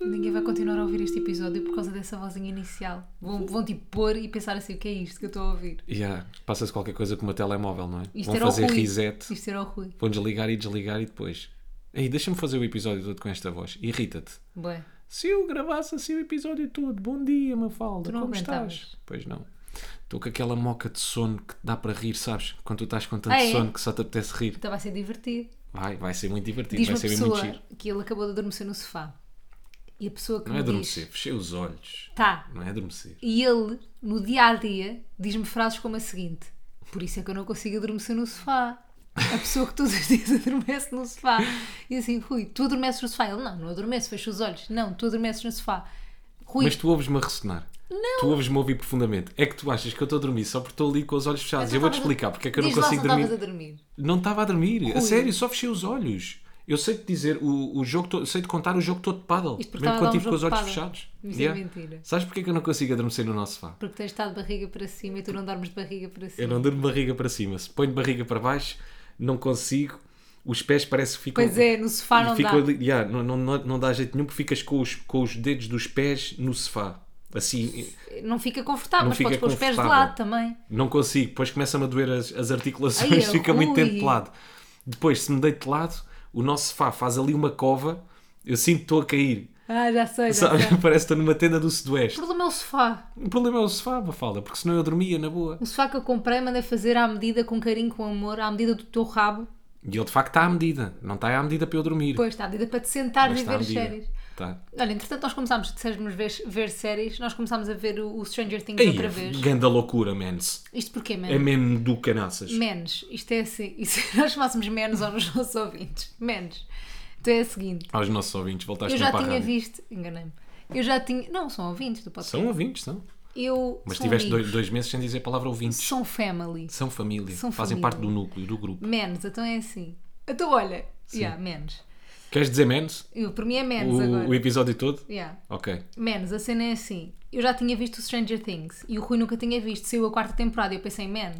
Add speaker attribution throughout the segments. Speaker 1: Ninguém vai continuar a ouvir este episódio por causa dessa vozinha inicial. Vão, vão tipo pôr e pensar assim: o que é isto que eu estou a ouvir?
Speaker 2: Yeah, Passa-se qualquer coisa com uma telemóvel, não é?
Speaker 1: Isto
Speaker 2: Vão
Speaker 1: era o
Speaker 2: fazer
Speaker 1: Rui.
Speaker 2: reset,
Speaker 1: Isto era o Rui.
Speaker 2: vão desligar e desligar e depois. Ei, deixa-me fazer o episódio todo com esta voz. Irrita-te.
Speaker 1: Bué.
Speaker 2: Se eu gravasse assim o episódio todo, bom dia, Mafalda,
Speaker 1: Tu não
Speaker 2: como
Speaker 1: aguentavas.
Speaker 2: estás? Pois não. Estou com aquela moca de sono que dá para rir, sabes? Quando tu estás com tanto
Speaker 1: Ah, é?
Speaker 2: sono que só te apetece rir.
Speaker 1: Então vai ser divertido.
Speaker 2: Vai, vai ser muito divertido,
Speaker 1: Diz
Speaker 2: vai
Speaker 1: uma
Speaker 2: ser muito
Speaker 1: pessoa
Speaker 2: giro.
Speaker 1: que ele acabou de adormecer no sofá. E a pessoa que
Speaker 2: Não é
Speaker 1: me
Speaker 2: adormecer,
Speaker 1: diz:
Speaker 2: fechei os olhos.
Speaker 1: tá.
Speaker 2: Não é adormecer.
Speaker 1: E ele, no dia a dia, diz-me frases como a seguinte: Por isso é que eu não consigo adormecer no sofá. A pessoa que todos os dias adormece no sofá. E assim, Rui, tu adormeces no sofá? Ele, não, não adormeço, fecho os olhos. Não, tu adormeces no sofá. Rui,
Speaker 2: Mas tu ouves-me a ressonar. Tu ouves-me a ouvir profundamente. É que tu achas que eu estou a dormir só porque estou ali com os olhos fechados.
Speaker 1: Mas
Speaker 2: Eu vou-te
Speaker 1: estavas a-
Speaker 2: explicar porque é que eu não
Speaker 1: diz lá se
Speaker 2: consigo
Speaker 1: estavas
Speaker 2: dormir.
Speaker 1: a dormir.
Speaker 2: Não estava a dormir. A sério, só fechei os olhos. Eu sei-te dizer o, o jogo, todo- sei-te contar o jogo todo de paddle.
Speaker 1: Isto porque
Speaker 2: Mesmo quando
Speaker 1: estava a dar um
Speaker 2: estive com os
Speaker 1: jogo de
Speaker 2: olhos
Speaker 1: paddle.
Speaker 2: fechados.
Speaker 1: Isso é mentira.
Speaker 2: Sabes porque é que eu não consigo adormecer no nosso sofá?
Speaker 1: Porque tens estado de barriga para cima e tu não dormes de barriga para
Speaker 2: Eu
Speaker 1: cima.
Speaker 2: não durmo de barriga para cima. Se ponho de barriga para baixo, não consigo. Os pés parece que ficam.
Speaker 1: Pois é, no sofá não dá.
Speaker 2: ficam ali- yeah, não, não, não, não dá jeito nenhum porque ficas com os, com os dedos dos pés no sofá. Assim,
Speaker 1: Não fica confortável,
Speaker 2: Não
Speaker 1: mas
Speaker 2: fica
Speaker 1: podes pôr os pés de
Speaker 2: confortável.
Speaker 1: lado também.
Speaker 2: Não consigo, depois começa-me a doer as, as articulações,
Speaker 1: Ai, é
Speaker 2: fica muito tempo
Speaker 1: ruim.
Speaker 2: de lado. Depois, se me deito de lado, o nosso sofá faz ali uma cova, eu sinto que estou a cair.
Speaker 1: Ah, já sei, já
Speaker 2: Sabe?
Speaker 1: sei. O
Speaker 2: Parece que estou numa tenda do Sudoeste.
Speaker 1: problema é o sofá.
Speaker 2: O problema é o sofá, Mafalda, porque senão eu dormia na boa.
Speaker 1: O sofá que eu comprei mandei fazer à medida, com carinho, com amor, à medida do teu rabo.
Speaker 2: E ele de facto está à medida, não está à medida para eu dormir.
Speaker 1: Pois está, à medida para te sentares
Speaker 2: mas
Speaker 1: e
Speaker 2: está à
Speaker 1: ver
Speaker 2: medida.
Speaker 1: séries.
Speaker 2: Tá.
Speaker 1: Olha, entretanto nós começámos, dissemos ver, ver séries, nós começámos a ver o, o Stranger Things
Speaker 2: Ei,
Speaker 1: outra vez.
Speaker 2: ganda loucura, mans.
Speaker 1: Isto porquê,
Speaker 2: É
Speaker 1: menos?
Speaker 2: mesmo do canaças.
Speaker 1: Menos. Isto é assim. E se nós falássemos menos aos nossos ouvintes? Menos. Então é o seguinte.
Speaker 2: Aos nossos ouvintes, voltaste
Speaker 1: Eu já
Speaker 2: para a
Speaker 1: tinha
Speaker 2: rádio.
Speaker 1: visto, enganei-me. Eu já tinha. Não, são ouvintes do podcast.
Speaker 2: São ouvintes, são.
Speaker 1: Eu.
Speaker 2: Mas
Speaker 1: são
Speaker 2: tiveste
Speaker 1: amigos.
Speaker 2: dois, dois meses sem dizer a palavra ouvintes.
Speaker 1: São family.
Speaker 2: São família,
Speaker 1: São
Speaker 2: fazem
Speaker 1: família.
Speaker 2: parte do núcleo, do grupo.
Speaker 1: Menos, então é assim. Então olha. Yeah, menos.
Speaker 2: Queres dizer menos?
Speaker 1: Eu, para mim é menos
Speaker 2: O, o
Speaker 1: agora.
Speaker 2: episódio todo?
Speaker 1: Yeah.
Speaker 2: Ok.
Speaker 1: Menos, a cena é assim. Eu já tinha visto o Stranger Things e o Rui nunca tinha visto. Saiu a quarta temporada e eu pensei, man,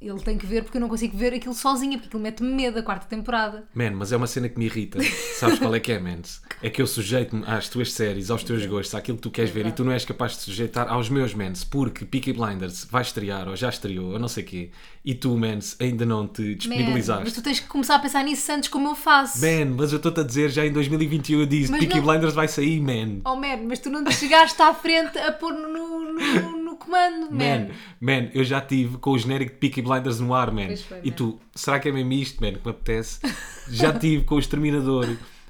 Speaker 1: ele tem que ver porque eu não consigo ver aquilo sozinha, porque aquilo mete-me medo a quarta temporada.
Speaker 2: Man, mas é uma cena que me irrita. Sabes qual é que é, man? É que eu sujeito-me às tuas séries, aos
Speaker 1: Uhum.
Speaker 2: teus gostos, àquilo que tu queres ver e tu não és capaz de sujeitar aos meus, man. Porque Peaky Blinders vai estrear ou já estreou ou não sei quê e tu, man, ainda não te
Speaker 1: Man, mas
Speaker 2: disponibilizaste.
Speaker 1: tu tens que começar a pensar nisso antes como eu faço.
Speaker 2: Man, mas eu estou-te a dizer, já em 2021 eu disse
Speaker 1: Mas
Speaker 2: Peaky
Speaker 1: não-
Speaker 2: Blinders vai sair, man.
Speaker 1: Oh man, mas tu não te chegaste à frente a pôr no, no, no- no comando, Oh,
Speaker 2: Man,
Speaker 1: man.
Speaker 2: man, eu já tive com o genérico de Peaky Blinders no ar, man.
Speaker 1: Pois foi,
Speaker 2: e
Speaker 1: man.
Speaker 2: tu, será que é mesmo isto, man, que me apetece? Já tive com o Exterminador,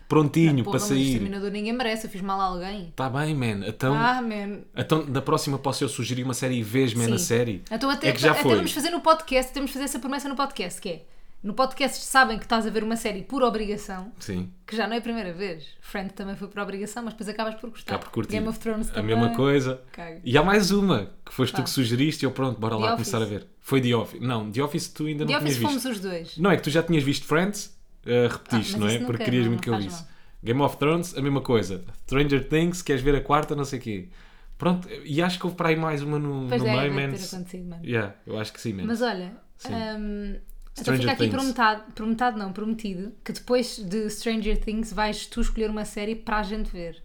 Speaker 2: prontinho
Speaker 1: Porra,
Speaker 2: para
Speaker 1: mas o
Speaker 2: sair.
Speaker 1: exterminador ninguém merece, eu fiz mal a alguém.
Speaker 2: Tá bem, man. Então,
Speaker 1: Ah, man.
Speaker 2: então, da próxima posso eu sugerir uma série e vês, man,
Speaker 1: Sim.
Speaker 2: a série?
Speaker 1: Então até,
Speaker 2: é que já
Speaker 1: até
Speaker 2: foi.
Speaker 1: vamos fazer no podcast, temos de fazer essa promessa no podcast, que é no podcast sabem que estás a ver uma série por obrigação,
Speaker 2: Sim,
Speaker 1: que já não é a primeira vez. Friend também foi por obrigação, mas depois acabas por gostar.
Speaker 2: cá por curtir.
Speaker 1: Ah, Game of Thrones
Speaker 2: a
Speaker 1: também.
Speaker 2: mesma coisa.
Speaker 1: Cago.
Speaker 2: E há mais uma, que foste tu que sugeriste e eu, pronto, bora
Speaker 1: The
Speaker 2: lá
Speaker 1: Office.
Speaker 2: começar a ver. Foi The Office. Não, The Office tu ainda
Speaker 1: The
Speaker 2: não tinhas
Speaker 1: Office
Speaker 2: visto.
Speaker 1: fomos os dois.
Speaker 2: Não, é que tu já tinhas visto Friends, uh,
Speaker 1: Ah,
Speaker 2: repetiste,
Speaker 1: mas
Speaker 2: não é?
Speaker 1: isso não
Speaker 2: Porque
Speaker 1: quero,
Speaker 2: querias
Speaker 1: não,
Speaker 2: muito que
Speaker 1: não
Speaker 2: eu
Speaker 1: faz
Speaker 2: visse.
Speaker 1: mal.
Speaker 2: Game of Thrones, a mesma coisa. Stranger Things, queres ver a quarta, não sei o quê. Pronto, e acho que houve para aí mais uma no, no
Speaker 1: Pois é,
Speaker 2: meio,
Speaker 1: deve ter
Speaker 2: menos.
Speaker 1: acontecido, mano.
Speaker 2: Yeah, eu acho que sim, menos.
Speaker 1: Mas olha,
Speaker 2: Sim.
Speaker 1: hum, então
Speaker 2: Stranger
Speaker 1: fica aqui
Speaker 2: Things.
Speaker 1: prometado, prometado não, prometido, que depois de Stranger Things vais tu escolher uma série para a gente ver.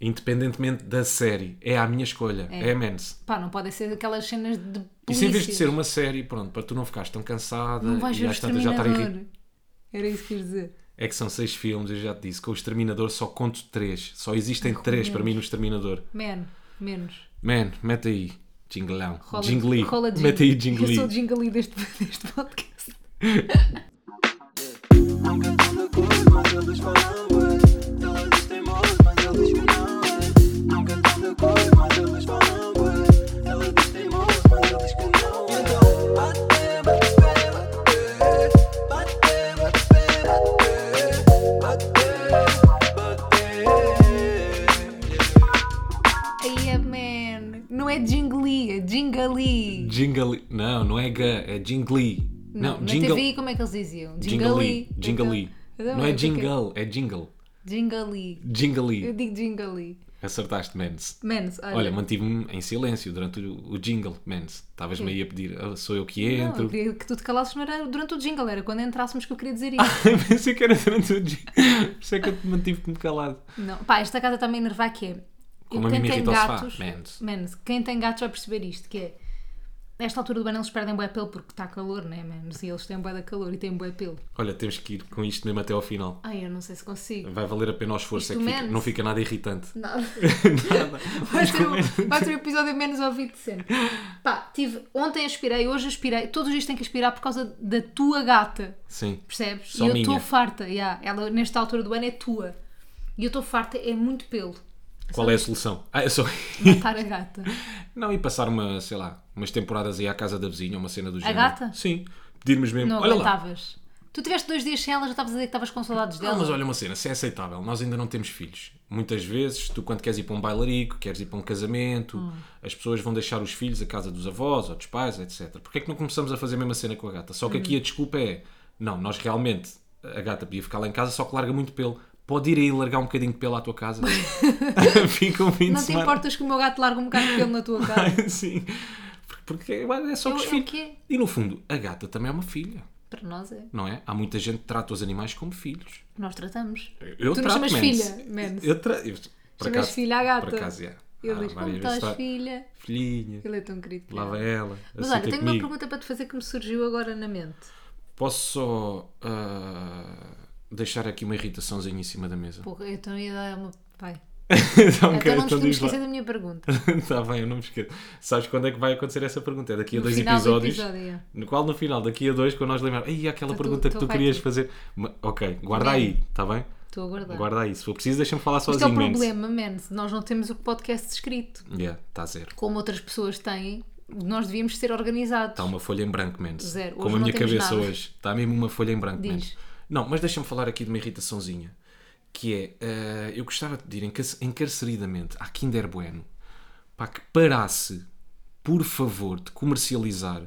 Speaker 2: Independentemente da série, é a minha escolha. É, menos.
Speaker 1: Pá, não podem ser aquelas cenas de
Speaker 2: E se em vez de
Speaker 1: polícias.
Speaker 2: ser uma série, pronto, para tu não ficares tão cansada
Speaker 1: Não vais
Speaker 2: e
Speaker 1: ver o
Speaker 2: às tantas é já tá estar irritado.
Speaker 1: Exterminador. Era isso que quis dizer.
Speaker 2: É que são seis filmes, eu já te disse. Com o Exterminador só conto três. Só existem três para mim no Exterminador.
Speaker 1: Man, menos.
Speaker 2: Man, mete aí. Jinglão.
Speaker 1: Rola,
Speaker 2: Jingli.
Speaker 1: rola jing-
Speaker 2: Mete aí
Speaker 1: Eu
Speaker 2: jingli.
Speaker 1: sou jingli deste, deste podcast.
Speaker 3: Nunca tanta coisa, mas eles falam, ué. Eles têm moço, mas eles que não, ué. Nunca tanta coisa, mas eles falam, ué. Eles têm moço, mas eles que não, ué. Então, bate, bate, bate, bate, bate, bate, bate, bate.
Speaker 1: Aí é man. Não é jingli, é jingali.
Speaker 2: Jingle. Não, não é G, é Jingli. Não,
Speaker 1: na
Speaker 2: Jingle.
Speaker 1: TV como é que eles diziam?
Speaker 2: Jingali.
Speaker 1: Jingali.
Speaker 2: Jingali.
Speaker 1: Então, eu
Speaker 2: Não é
Speaker 1: também, porque-
Speaker 2: jingle, é jingle.
Speaker 1: Jingali.
Speaker 2: Jingali.
Speaker 1: Eu digo jingali.
Speaker 2: Acertaste, Mens.
Speaker 1: Menos, olha.
Speaker 2: Olha, mantive-me em silêncio durante o, o jingle, Mens. Estavas-me aí a pedir, "Ah, sou eu que
Speaker 1: não, eu
Speaker 2: entro.
Speaker 1: queria que tu te calasses não era durante o jingle, era quando entrássemos que eu queria dizer isso.
Speaker 2: Pensei que era durante o jingle. Por isso é que eu te mantive-me calado.
Speaker 1: Não, pá, esta casa está-me a enervar que é.
Speaker 2: Como
Speaker 1: eu-
Speaker 2: a mim me
Speaker 1: quem tem
Speaker 2: irrita o sofá,
Speaker 1: gatos,
Speaker 2: menos.
Speaker 1: menos. Quem tem gatos vai perceber isto, que é. Nesta altura do ano eles perdem bué pelo porque está calor, né, menos? E eles têm bué da calor e têm bué pelo.
Speaker 2: Olha, temos que ir com isto mesmo até ao final.
Speaker 1: Ai, eu não sei se consigo.
Speaker 2: Vai valer a pena o esforço,
Speaker 1: Isto
Speaker 2: é que fica-
Speaker 1: Mens.
Speaker 2: não fica nada irritante.
Speaker 1: Nada.
Speaker 2: Nada.
Speaker 1: Vai ser, o, vai ser o episódio menos ouvido de sempre. Pá, tive. Ontem aspirei, hoje aspirei. Todos os dias tenho que aspirar por causa da tua gata.
Speaker 2: Sim.
Speaker 1: Percebes?
Speaker 2: Só
Speaker 1: e eu
Speaker 2: minha.
Speaker 1: estou farta, yeah. ela nesta altura do ano é tua. E eu estou farta, é muito pelo.
Speaker 2: Qual é a solução? Ah, eu sou...
Speaker 1: Matar a gata.
Speaker 2: Não, e passar uma, sei lá, umas temporadas aí à casa da vizinha, uma cena do género.
Speaker 1: gata?
Speaker 2: Sim. Pedirmos mesmo.
Speaker 1: Não
Speaker 2: olha lá.
Speaker 1: aguentavas. Tu tiveste dois dias sem ela, já estavas a dizer que estavas com saudades dela.
Speaker 2: Não, mas olha uma cena, se é aceitável, nós ainda não temos filhos. Muitas vezes, tu quando queres ir para um bailarico, queres ir para um casamento,
Speaker 1: Hum.
Speaker 2: as pessoas vão deixar os filhos à casa dos avós ou dos pais, etc. Porquê é que não começamos a fazer a mesma cena com a gata? Só que aqui
Speaker 1: Hum.
Speaker 2: a desculpa é, não, nós realmente, a gata podia ficar lá em casa, só que larga muito pelo. Pode ir aí largar um bocadinho de pelo à tua casa. Fica um fim de
Speaker 1: Não te
Speaker 2: semana.
Speaker 1: importas que o meu gato largue um bocado de pelo na tua cara.
Speaker 2: Sim. Porque porque é só
Speaker 1: É o-
Speaker 2: com os
Speaker 1: é o
Speaker 2: filhos.
Speaker 1: quê?
Speaker 2: E no fundo, a gata também é uma filha,
Speaker 1: Para nós é.
Speaker 2: não é? Há muita gente que trata os animais como filhos.
Speaker 1: Nós tratamos.
Speaker 2: Eu
Speaker 1: Tu não chamas
Speaker 2: menos.
Speaker 1: filha, menos.
Speaker 2: Eu tra... eu- por
Speaker 1: Chamas filha à gata.
Speaker 2: Por acaso, é.
Speaker 1: Eu
Speaker 2: Há
Speaker 1: digo, como
Speaker 2: várias vezes tra-
Speaker 1: estás, filha?
Speaker 2: Filhinha,
Speaker 1: Ele é tão querido.
Speaker 2: lá vai ela.
Speaker 1: Mas olha,
Speaker 2: aceita
Speaker 1: tenho uma
Speaker 2: comigo.
Speaker 1: pergunta para te fazer que me surgiu agora na mente.
Speaker 2: Posso só ah, deixar aqui uma irritaçãozinha em cima da mesa?
Speaker 1: Porra, eu então ia dar uma. Vai.
Speaker 2: Está
Speaker 1: Então não te podemos esquecer da minha pergunta.
Speaker 2: Está Tá bem, eu não me esqueço. Sabes quando é que vai acontecer essa pergunta? É daqui a
Speaker 1: No
Speaker 2: dois
Speaker 1: final do
Speaker 2: episódios.
Speaker 1: episódio, é.
Speaker 2: No qual, no final, daqui a dois, quando nós lembrarmos. Ei, aquela
Speaker 1: Então, tu-
Speaker 2: pergunta
Speaker 1: tu
Speaker 2: que tu
Speaker 1: vai
Speaker 2: querias
Speaker 1: tu.
Speaker 2: fazer. Ma- Ok, guarda
Speaker 1: Bem.
Speaker 2: aí, está bem?
Speaker 1: Estou a aguardar.
Speaker 2: Guarda aí. Se for preciso, deixa-me falar
Speaker 1: Isto é
Speaker 2: sozinho.
Speaker 1: o
Speaker 2: menos.
Speaker 1: problema, menos. Nós não temos o podcast escrito.
Speaker 2: Yeah, está zero.
Speaker 1: Como outras pessoas têm, nós devíamos ser organizados.
Speaker 2: Está uma folha em branco, menos.
Speaker 1: Zero. Hoje
Speaker 2: Como a
Speaker 1: não
Speaker 2: minha
Speaker 1: temos
Speaker 2: cabeça
Speaker 1: nada.
Speaker 2: hoje. Está mesmo uma folha em branco,
Speaker 1: Diz.
Speaker 2: menos. Não, mas deixa-me falar aqui de uma irritaçãozinha. Que é, eh, eu gostava de pedir encar- encarceridamente à Kinder Bueno para que parasse, por favor, de comercializar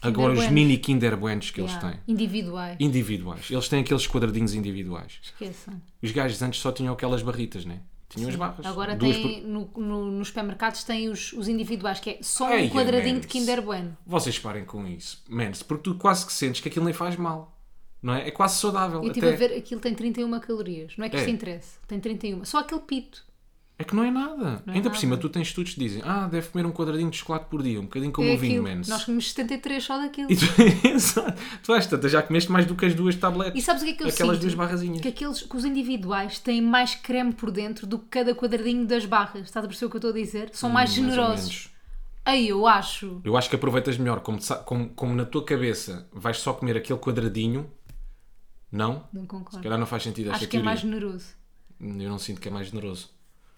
Speaker 2: agora os
Speaker 1: Buenos.
Speaker 2: mini Kinder Buenos que eles
Speaker 1: Yeah.
Speaker 2: têm.
Speaker 1: Individuais.
Speaker 2: Individuais. Eles têm aqueles quadradinhos individuais.
Speaker 1: Esqueçam.
Speaker 2: Os gajos antes só tinham aquelas barritas, né? Tinham as barras.
Speaker 1: Agora
Speaker 2: Duas
Speaker 1: tem, no, no- nos supermercados tem os, os individuais, que é só um
Speaker 2: Ai,
Speaker 1: quadradinho
Speaker 2: menos.
Speaker 1: de Kinder Bueno.
Speaker 2: Vocês parem com isso. Menos, porque tu quase que sentes que aquilo nem faz mal. Não é? É quase saudável.
Speaker 1: Eu estive
Speaker 2: até.
Speaker 1: a ver, aquilo tem 31 calorias. Não é que isto
Speaker 2: É.
Speaker 1: interessa. Tem 31. Só aquele pito.
Speaker 2: É que não é nada.
Speaker 1: é
Speaker 2: Ainda por
Speaker 1: nada.
Speaker 2: cima, tu tens estudos que dizem ah, deve comer um quadradinho de chocolate por dia, um bocadinho como
Speaker 1: é
Speaker 2: o vinho,
Speaker 1: aquilo.
Speaker 2: menos.
Speaker 1: Nós comemos 73 só daquilo.
Speaker 2: E
Speaker 1: E,
Speaker 2: tu, Exato. tu às tantas já comeste mais do que as duas tabletas.
Speaker 1: sabes o que é que eu
Speaker 2: Aquelas
Speaker 1: sinto?
Speaker 2: duas barrazinhas.
Speaker 1: Que aqueles, que os individuais têm mais creme por dentro do que cada quadradinho das barras. Estás a perceber o que eu estou a dizer? São mais
Speaker 2: Hum, ou
Speaker 1: generosos.
Speaker 2: menos.
Speaker 1: Aí eu acho.
Speaker 2: Eu acho que aproveitas melhor. Como, sa- como- como na tua cabeça vais só comer aquele quadradinho, não?
Speaker 1: Não concordo.
Speaker 2: Se calhar não faz sentido esta
Speaker 1: Acho que é
Speaker 2: teoria.
Speaker 1: mais generoso.
Speaker 2: Eu não sinto que é mais generoso.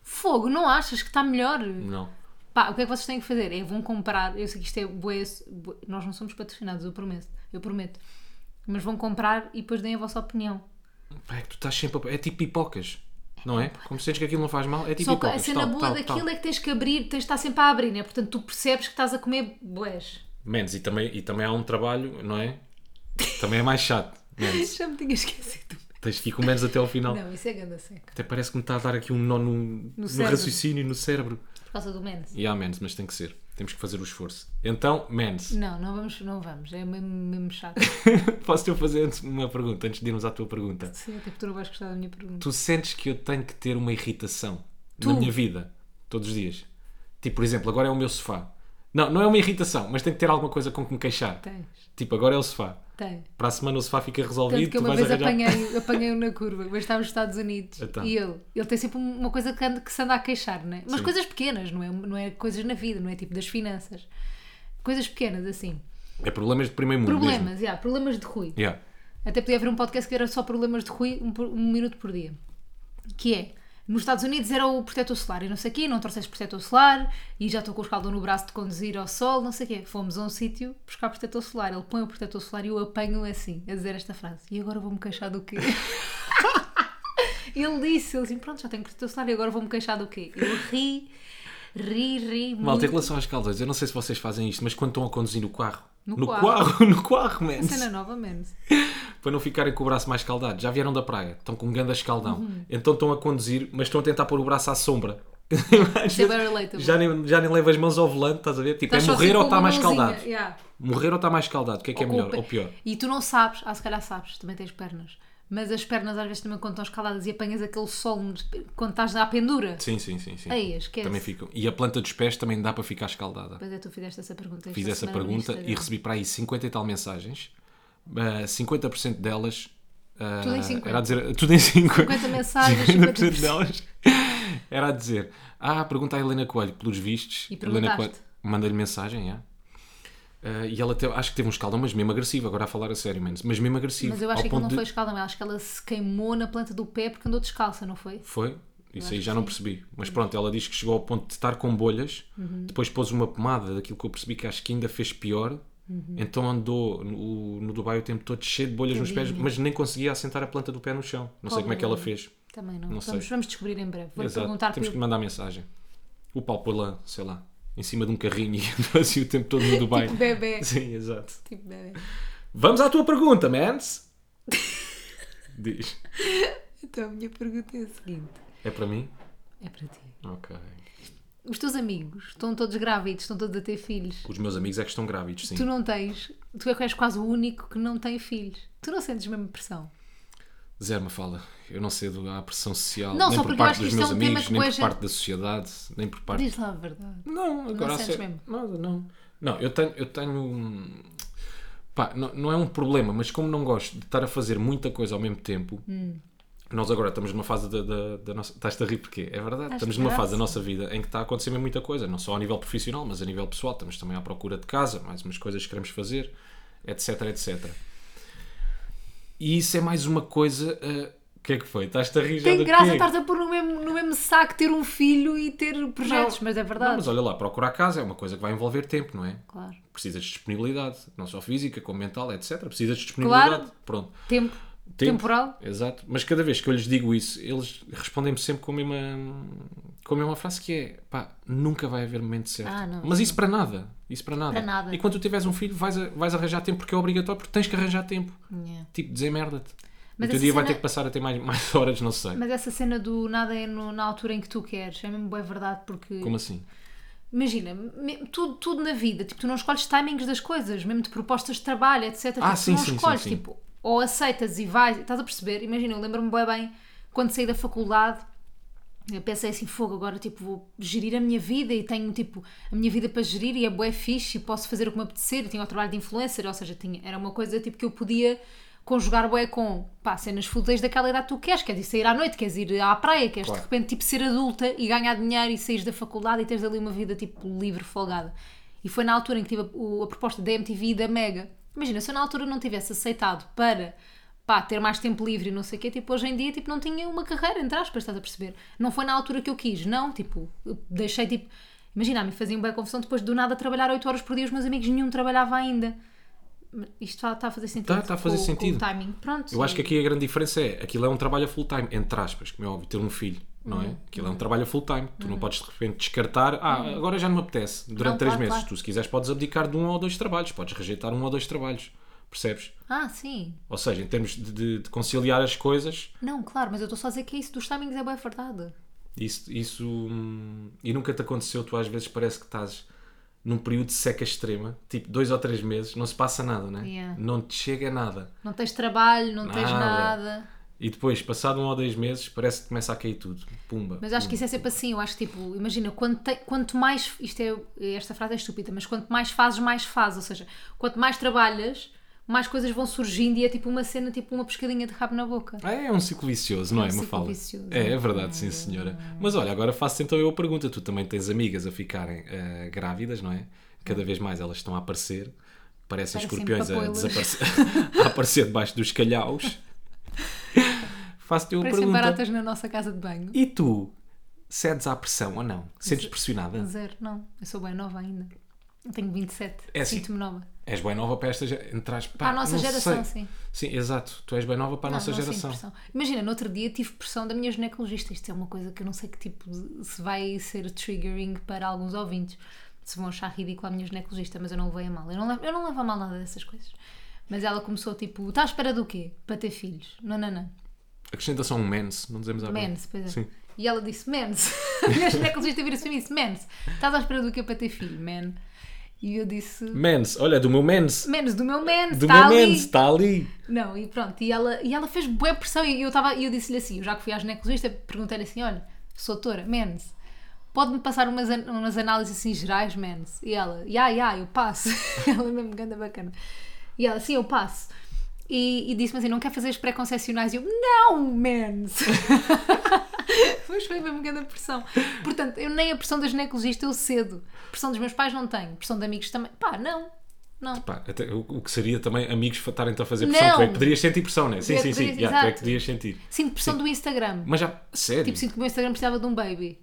Speaker 1: Fogo, não achas que está melhor?
Speaker 2: Não.
Speaker 1: Pá, o que é que vocês têm que fazer? É, vão comprar, eu sei que isto é bué, bué- nós não somos patrocinados, eu prometo, eu prometo. Mas vão comprar e depois deem a vossa opinião.
Speaker 2: Pá, É que tu estás sempre a... É tipo pipocas. Não é? Como sentes que aquilo não faz mal, é tipo
Speaker 1: Só que a
Speaker 2: pipocas.
Speaker 1: cena
Speaker 2: tal,
Speaker 1: boa
Speaker 2: tal,
Speaker 1: daquilo
Speaker 2: tal.
Speaker 1: é que tens que abrir, tens de estar sempre a abrir, né? Portanto, tu percebes que estás a comer bués.
Speaker 2: Menos, e também, e também há um trabalho, não é? Também é mais chato. Menos.
Speaker 1: Já me tinha esquecido.
Speaker 2: Tens que ir com menos até ao final.
Speaker 1: Não, isso é ganda seca.
Speaker 2: Até parece que me está a dar aqui um nó no, no
Speaker 1: cérebro.
Speaker 2: raciocínio, no cérebro.
Speaker 1: Por causa do menos.
Speaker 2: E há menos, mas tem que ser. Temos que fazer o esforço. Então, menos.
Speaker 1: Não, não vamos, não vamos. É mesmo, mesmo chato.
Speaker 2: Posso-te eu fazer antes uma pergunta, antes de irmos à tua pergunta?
Speaker 1: Sim, até porque tu não vais gostar da minha pergunta.
Speaker 2: Tu sentes que eu tenho que ter uma irritação
Speaker 1: Tu?
Speaker 2: na minha vida, todos os dias? Tipo, por exemplo, agora é o meu sofá. Não, não é uma irritação, mas tem que ter alguma coisa com que me queixar.
Speaker 1: Tens,
Speaker 2: Tipo, agora é o sofá.
Speaker 1: tens.
Speaker 2: Para a semana o sofá fica resolvido,
Speaker 1: Tanto que eu
Speaker 2: tu
Speaker 1: uma
Speaker 2: vais
Speaker 1: vez
Speaker 2: arranjar...
Speaker 1: apanhei- apanhei-o na curva, mas estava nos Estados Unidos.
Speaker 2: Então.
Speaker 1: E ele, ele tem sempre um, uma coisa que, anda- que se anda a queixar, não é? Mas
Speaker 2: Sim.
Speaker 1: coisas pequenas, não é? Não é coisas na vida, não é tipo das finanças. Coisas pequenas, assim.
Speaker 2: É problemas de primeiro mundo mesmo.
Speaker 1: Problemas, yeah, problemas de Rui.
Speaker 2: Yeah.
Speaker 1: Até podia haver um podcast que era só problemas de Rui, um, por- um minuto por dia. Que é, nos Estados Unidos era o protetor solar e não sei o quê, não trouxeste protetor solar e já estou com o escaldão no braço de conduzir ao sol, não sei o quê. Fomos a um sítio buscar protetor solar. Ele põe o protetor solar e eu apanho assim, a dizer esta frase. E agora vou-me queixar do quê? ele disse, ele disse, pronto, já tenho protetor solar e agora vou-me queixar do quê? Eu ri, ri, ri.
Speaker 2: Malta, em
Speaker 1: muito.
Speaker 2: relação aos caldões, eu não sei se vocês fazem isto, mas quando estão a conduzir no carro.
Speaker 1: No
Speaker 2: carro,
Speaker 1: carro.
Speaker 2: no carro, man.
Speaker 1: Cena nova,
Speaker 2: é
Speaker 1: menos.
Speaker 2: Para não ficarem com o braço mais
Speaker 1: Uhum.
Speaker 2: escaldado. Já vieram da praia, estão com um ganda escaldão. Então estão a conduzir, mas estão a tentar pôr o braço à sombra. Às
Speaker 1: Isso é
Speaker 2: vezes
Speaker 1: bem relatable.
Speaker 2: já nem, já nem levo as mãos ao volante, estás a ver? Tipo,
Speaker 1: Estás
Speaker 2: é
Speaker 1: só
Speaker 2: morrer
Speaker 1: assim
Speaker 2: ou
Speaker 1: com
Speaker 2: está
Speaker 1: uma
Speaker 2: mais
Speaker 1: mãozinha,
Speaker 2: escaldado?
Speaker 1: yeah.
Speaker 2: Morrer ou está mais escaldado? O que é que é melhor ou pior?
Speaker 1: E tu não sabes, ah, se calhar sabes, também tens pernas. Mas as pernas às vezes também quando estão escaladas e apanhas aquele sol no- quando estás à pendura.
Speaker 2: Sim, sim, sim. sim.
Speaker 1: Aí, esquece.
Speaker 2: Também ficam. E a planta dos pés também dá para ficar escaldada.
Speaker 1: Pois é, tu fizeste essa pergunta. esta
Speaker 2: Fiz essa
Speaker 1: semana no
Speaker 2: pergunta e
Speaker 1: Instagram.
Speaker 2: recebi para aí 50 e tal mensagens. Ah, 50% delas. ah,
Speaker 1: Tudo em 50.
Speaker 2: Era a dizer, tudo em 50.
Speaker 1: 50 mensagens,
Speaker 2: 50%
Speaker 1: 50%.
Speaker 2: delas. Era a dizer: Ah, pergunta à Helena Coelho, pelos vistos.
Speaker 1: E
Speaker 2: Helena Coelho
Speaker 1: perguntaste?
Speaker 2: manda-lhe mensagem, yeah. Ah, e ela teve- acho que teve um escaldão, mas mesmo agressivo, agora a falar a sério, menos, mas mesmo agressivo.
Speaker 1: Mas eu acho
Speaker 2: ao
Speaker 1: que
Speaker 2: ponto
Speaker 1: aquilo não
Speaker 2: de-
Speaker 1: foi escaldão, eu acho que ela se queimou na planta do pé porque andou descalça, não foi?
Speaker 2: Foi? Isso
Speaker 1: acho
Speaker 2: aí
Speaker 1: que
Speaker 2: já não percebi. Mas pronto, ela diz que chegou ao ponto de estar com bolhas,
Speaker 1: Uhum.
Speaker 2: depois pôs uma pomada daquilo que eu percebi que acho que ainda fez pior.
Speaker 1: Uhum.
Speaker 2: Então andou no, no Dubai o tempo todo cheio de bolhas nos pés,
Speaker 1: Tadinha.
Speaker 2: mas nem conseguia assentar a planta do pé no chão. Não sei
Speaker 1: Pobre
Speaker 2: como é que ela
Speaker 1: dela.
Speaker 2: fez.
Speaker 1: Também não.
Speaker 2: Não
Speaker 1: vamos,
Speaker 2: sei.
Speaker 1: vamos descobrir em breve. Vou-lhe
Speaker 2: Exato.
Speaker 1: perguntar
Speaker 2: Temos
Speaker 1: por-
Speaker 2: que lhe mandar mensagem. O pau pôr lá, sei lá, em cima de um carrinho e andou assim o tempo todo no Dubai.
Speaker 1: Tipo bebê.
Speaker 2: Sim, exato.
Speaker 1: Tipo bebê.
Speaker 2: Vamos à tua pergunta, mans! diz.
Speaker 1: Então a minha pergunta é a seguinte:
Speaker 2: É para mim?
Speaker 1: é para ti.
Speaker 2: Ok.
Speaker 1: Os teus amigos estão todos grávidos, estão todos a ter filhos.
Speaker 2: Os meus amigos é que estão grávidos, sim.
Speaker 1: Tu não tens, tu é que és quase o único que não tem filhos. Tu não sentes mesmo pressão.
Speaker 2: Zero me fala. Eu não cedo à pressão social,
Speaker 1: Não,
Speaker 2: nem
Speaker 1: só
Speaker 2: por
Speaker 1: porque eu
Speaker 2: parte
Speaker 1: acho que
Speaker 2: dos
Speaker 1: isto é
Speaker 2: meus
Speaker 1: um tema
Speaker 2: amigos,
Speaker 1: que
Speaker 2: nem
Speaker 1: bué
Speaker 2: por
Speaker 1: gente-
Speaker 2: parte da sociedade, nem por parte.
Speaker 1: Diz lá a verdade.
Speaker 2: Não, agora a
Speaker 1: sentes
Speaker 2: sério,
Speaker 1: mesmo?
Speaker 2: Nada, não. Não, eu tenho. Eu tenho... hum, Pá, não, não é um problema, mas como não gosto de estar a fazer muita coisa ao mesmo tempo,
Speaker 1: Hum.
Speaker 2: nós agora estamos numa fase da, da, da nossa. Estás-te a rir porque é verdade. estamos numa fase da nossa vida em que está a acontecer mesmo muita coisa, não só a nível profissional, mas a nível pessoal. Estamos também à procura de casa, mais umas coisas que queremos fazer, etc, etc. E isso é mais uma coisa. ah, O que é que foi? Estás-te a rir já
Speaker 1: Tem
Speaker 2: do
Speaker 1: graça
Speaker 2: quê?
Speaker 1: estar a pôr no mesmo, no mesmo saco ter um filho e ter projetos,
Speaker 2: Não.
Speaker 1: mas é
Speaker 2: Não,
Speaker 1: verdade.
Speaker 2: mas olha lá, procurar casa é uma coisa que vai envolver tempo, não é?
Speaker 1: Claro.
Speaker 2: Precisas de disponibilidade, não só física, como mental, etc. Precisas de disponibilidade. Pronto.
Speaker 1: Tempo.
Speaker 2: Tempo.
Speaker 1: Temporal.
Speaker 2: Exato. Mas cada vez que eu lhes digo isso, eles respondem-me sempre com a mesma, com a mesma frase que é pá, nunca vai haver momento certo.
Speaker 1: Ah, não,
Speaker 2: mas isso para nada. Isso para nada.
Speaker 1: Para nada.
Speaker 2: E quando tu tiveres um filho, vais, a- vais arranjar tempo porque é obrigatório, porque tens que arranjar tempo.
Speaker 1: Yeah.
Speaker 2: Tipo, desemerda-te. O
Speaker 1: Mas
Speaker 2: teu
Speaker 1: essa
Speaker 2: dia vai
Speaker 1: cena-
Speaker 2: ter que passar até mais, mais horas, não sei.
Speaker 1: Mas essa cena do nada é no- na altura em que tu queres, é mesmo boa verdade, porque
Speaker 2: Como assim?
Speaker 1: imagina, me- tudo, tudo na vida, tipo, tu não escolhes timings das coisas, mesmo de propostas de trabalho, etc.
Speaker 2: Ah,
Speaker 1: tipo,
Speaker 2: sim,
Speaker 1: tu
Speaker 2: sim,
Speaker 1: não
Speaker 2: sim,
Speaker 1: escolhes,
Speaker 2: sim.
Speaker 1: tipo, ou aceitas e vais, estás a perceber? Imagina, eu lembro-me bem bem quando saí da faculdade. Eu pensei assim, fogo, agora tipo, vou gerir a minha vida e tenho tipo a minha vida para gerir e é bué fixe e posso fazer o que me apetecer e tinha o trabalho de influencer, ou seja, tinha, era uma coisa tipo que eu podia conjugar bué com pá, cenas fúteis daquela idade que tu queres, queres ir sair à noite, queres ir à praia, queres
Speaker 2: Claro.
Speaker 1: de repente tipo ser adulta e ganhar dinheiro e sair da faculdade e teres ali uma vida tipo livre, folgada. E foi na altura em que tive a, o- a proposta da MTV e da Mega. Imagina, se eu na altura não tivesse aceitado para pá, ter mais tempo livre e não sei o quê, tipo, hoje em dia, tipo, não tinha uma carreira, entre aspas, estás a perceber? Não foi na altura que eu quis, não, tipo, eu deixei, tipo, imagina, me faziam bem confusão depois do nada trabalhar 8 horas por dia, os meus amigos nenhum trabalhava ainda. Isto está, está a fazer sentido.
Speaker 2: Está- está a fazer
Speaker 1: com-
Speaker 2: sentido.
Speaker 1: Com o timing, pronto.
Speaker 2: Eu acho que aqui a grande diferença é aquilo é um trabalho a full time, entre aspas, como é óbvio, ter um filho, não
Speaker 1: Uhum.
Speaker 2: é? Aquilo é um trabalho a full time. Tu não podes de repente descartar, ah, agora já não me apetece, durante
Speaker 1: Não,
Speaker 2: três
Speaker 1: claro,
Speaker 2: meses.
Speaker 1: claro.
Speaker 2: Tu, se quiseres, podes abdicar de um ou dois trabalhos, podes rejeitar um ou dois trabalhos, percebes?
Speaker 1: Ah, sim.
Speaker 2: Ou seja, em termos de, de- de conciliar as coisas,
Speaker 1: Não, claro, mas eu estou só a dizer que é isso dos timings é boa verdade.
Speaker 2: isso, isso. hum, E nunca te aconteceu, tu às vezes parece que estás num período de seca extrema, tipo dois ou três meses, não se passa nada, não é?
Speaker 1: Yeah.
Speaker 2: Não te chega nada.
Speaker 1: Não tens trabalho, não tens
Speaker 2: Nada.
Speaker 1: nada.
Speaker 2: E depois, passado um ou dois meses, parece que começa a cair tudo. Pumba.
Speaker 1: Mas acho que isso é sempre assim, eu acho que tipo, imagina, quando te- quanto mais, isto é, esta frase é estúpida, mas quanto mais fazes, mais fazes, ou seja, quanto mais trabalhas, mais coisas vão surgindo e é tipo uma cena, tipo uma pescadinha de rabo na boca.
Speaker 2: Ah, É um ciclo vicioso, não é,
Speaker 1: ciclo
Speaker 2: Mafalda?
Speaker 1: vicioso.
Speaker 2: É, é verdade, sim, senhora. Mas olha, agora faço então eu a pergunta. Tu também tens amigas a ficarem eh, grávidas, não é? Cada vez mais elas estão a aparecer. Parecem
Speaker 1: Parecem
Speaker 2: escorpiões a,
Speaker 1: papoilas.
Speaker 2: desaparecer, a aparecer debaixo dos calhaus. Faço-te eu a
Speaker 1: Parecem
Speaker 2: pergunta.
Speaker 1: baratas na nossa casa de banho.
Speaker 2: E tu cedes à pressão ou não? Sentes pressionada?
Speaker 1: Zero, não, eu sou bem nova ainda. Eu tenho 27,
Speaker 2: É assim.
Speaker 1: sinto-me nova.
Speaker 2: És bem nova para esta geração.
Speaker 1: Para a nossa geração, sim.
Speaker 2: Sim, exato. Tu és bem nova para a
Speaker 1: Não,
Speaker 2: nossa
Speaker 1: não sinto
Speaker 2: geração.
Speaker 1: pressão. Imagina, no outro dia tive pressão da minha ginecologista. Isto é uma coisa que eu não sei que tipo de- se vai ser triggering para alguns ouvintes. Se vão achar ridículo a minha ginecologista, mas eu não levei a mal. Eu não levo, eu não levo a mal nada dessas coisas. Mas ela começou tipo, está à espera do quê? Para ter filhos. Não, não, não.
Speaker 2: Acrescenta só um mens, não dizemos à
Speaker 1: Mens, pois é.
Speaker 2: Sim.
Speaker 1: E ela disse, mens. Mulheres naquele a vira-se para mim e disse: Mans, estás à espera do que é para ter filho, man? E eu disse:
Speaker 2: Mens, olha, do meu mens.
Speaker 1: Menos do meu man,
Speaker 2: Do
Speaker 1: está
Speaker 2: meu
Speaker 1: ali.
Speaker 2: mens, está ali.
Speaker 1: Não, e pronto, e ela, e ela fez boa pressão e eu, tava, e eu disse-lhe assim, eu já que fui à ginecologista, perguntei-lhe assim, olha, sou doutora, Menes, pode-me passar umas, an- umas análises assim gerais, Menes? E ela, ya, ya, eu passo. ela é mesmo ganda bacana. E ela, sim, eu passo. E, e disse-me assim, não quer fazer as pré-concessionais? E eu, não, Menes! Mas foi mesmo grande pressão. Portanto, eu nem a pressão da ginecologista eu cedo. Pressão dos meus pais não tenho. Pressão de amigos também. Pá, não. Não.
Speaker 2: Pá, até o, o que seria também amigos estarem-te a fazer
Speaker 1: Não.
Speaker 2: pressão. Tu é que poderias sentir pressão, né? Sim,
Speaker 1: é que
Speaker 2: sim, sim.
Speaker 1: poderias-
Speaker 2: já, tu é
Speaker 1: exato.
Speaker 2: que podias sentir.
Speaker 1: Sinto pressão do Instagram.
Speaker 2: Mas já, sério.
Speaker 1: Tipo, sinto que o meu Instagram precisava de um baby.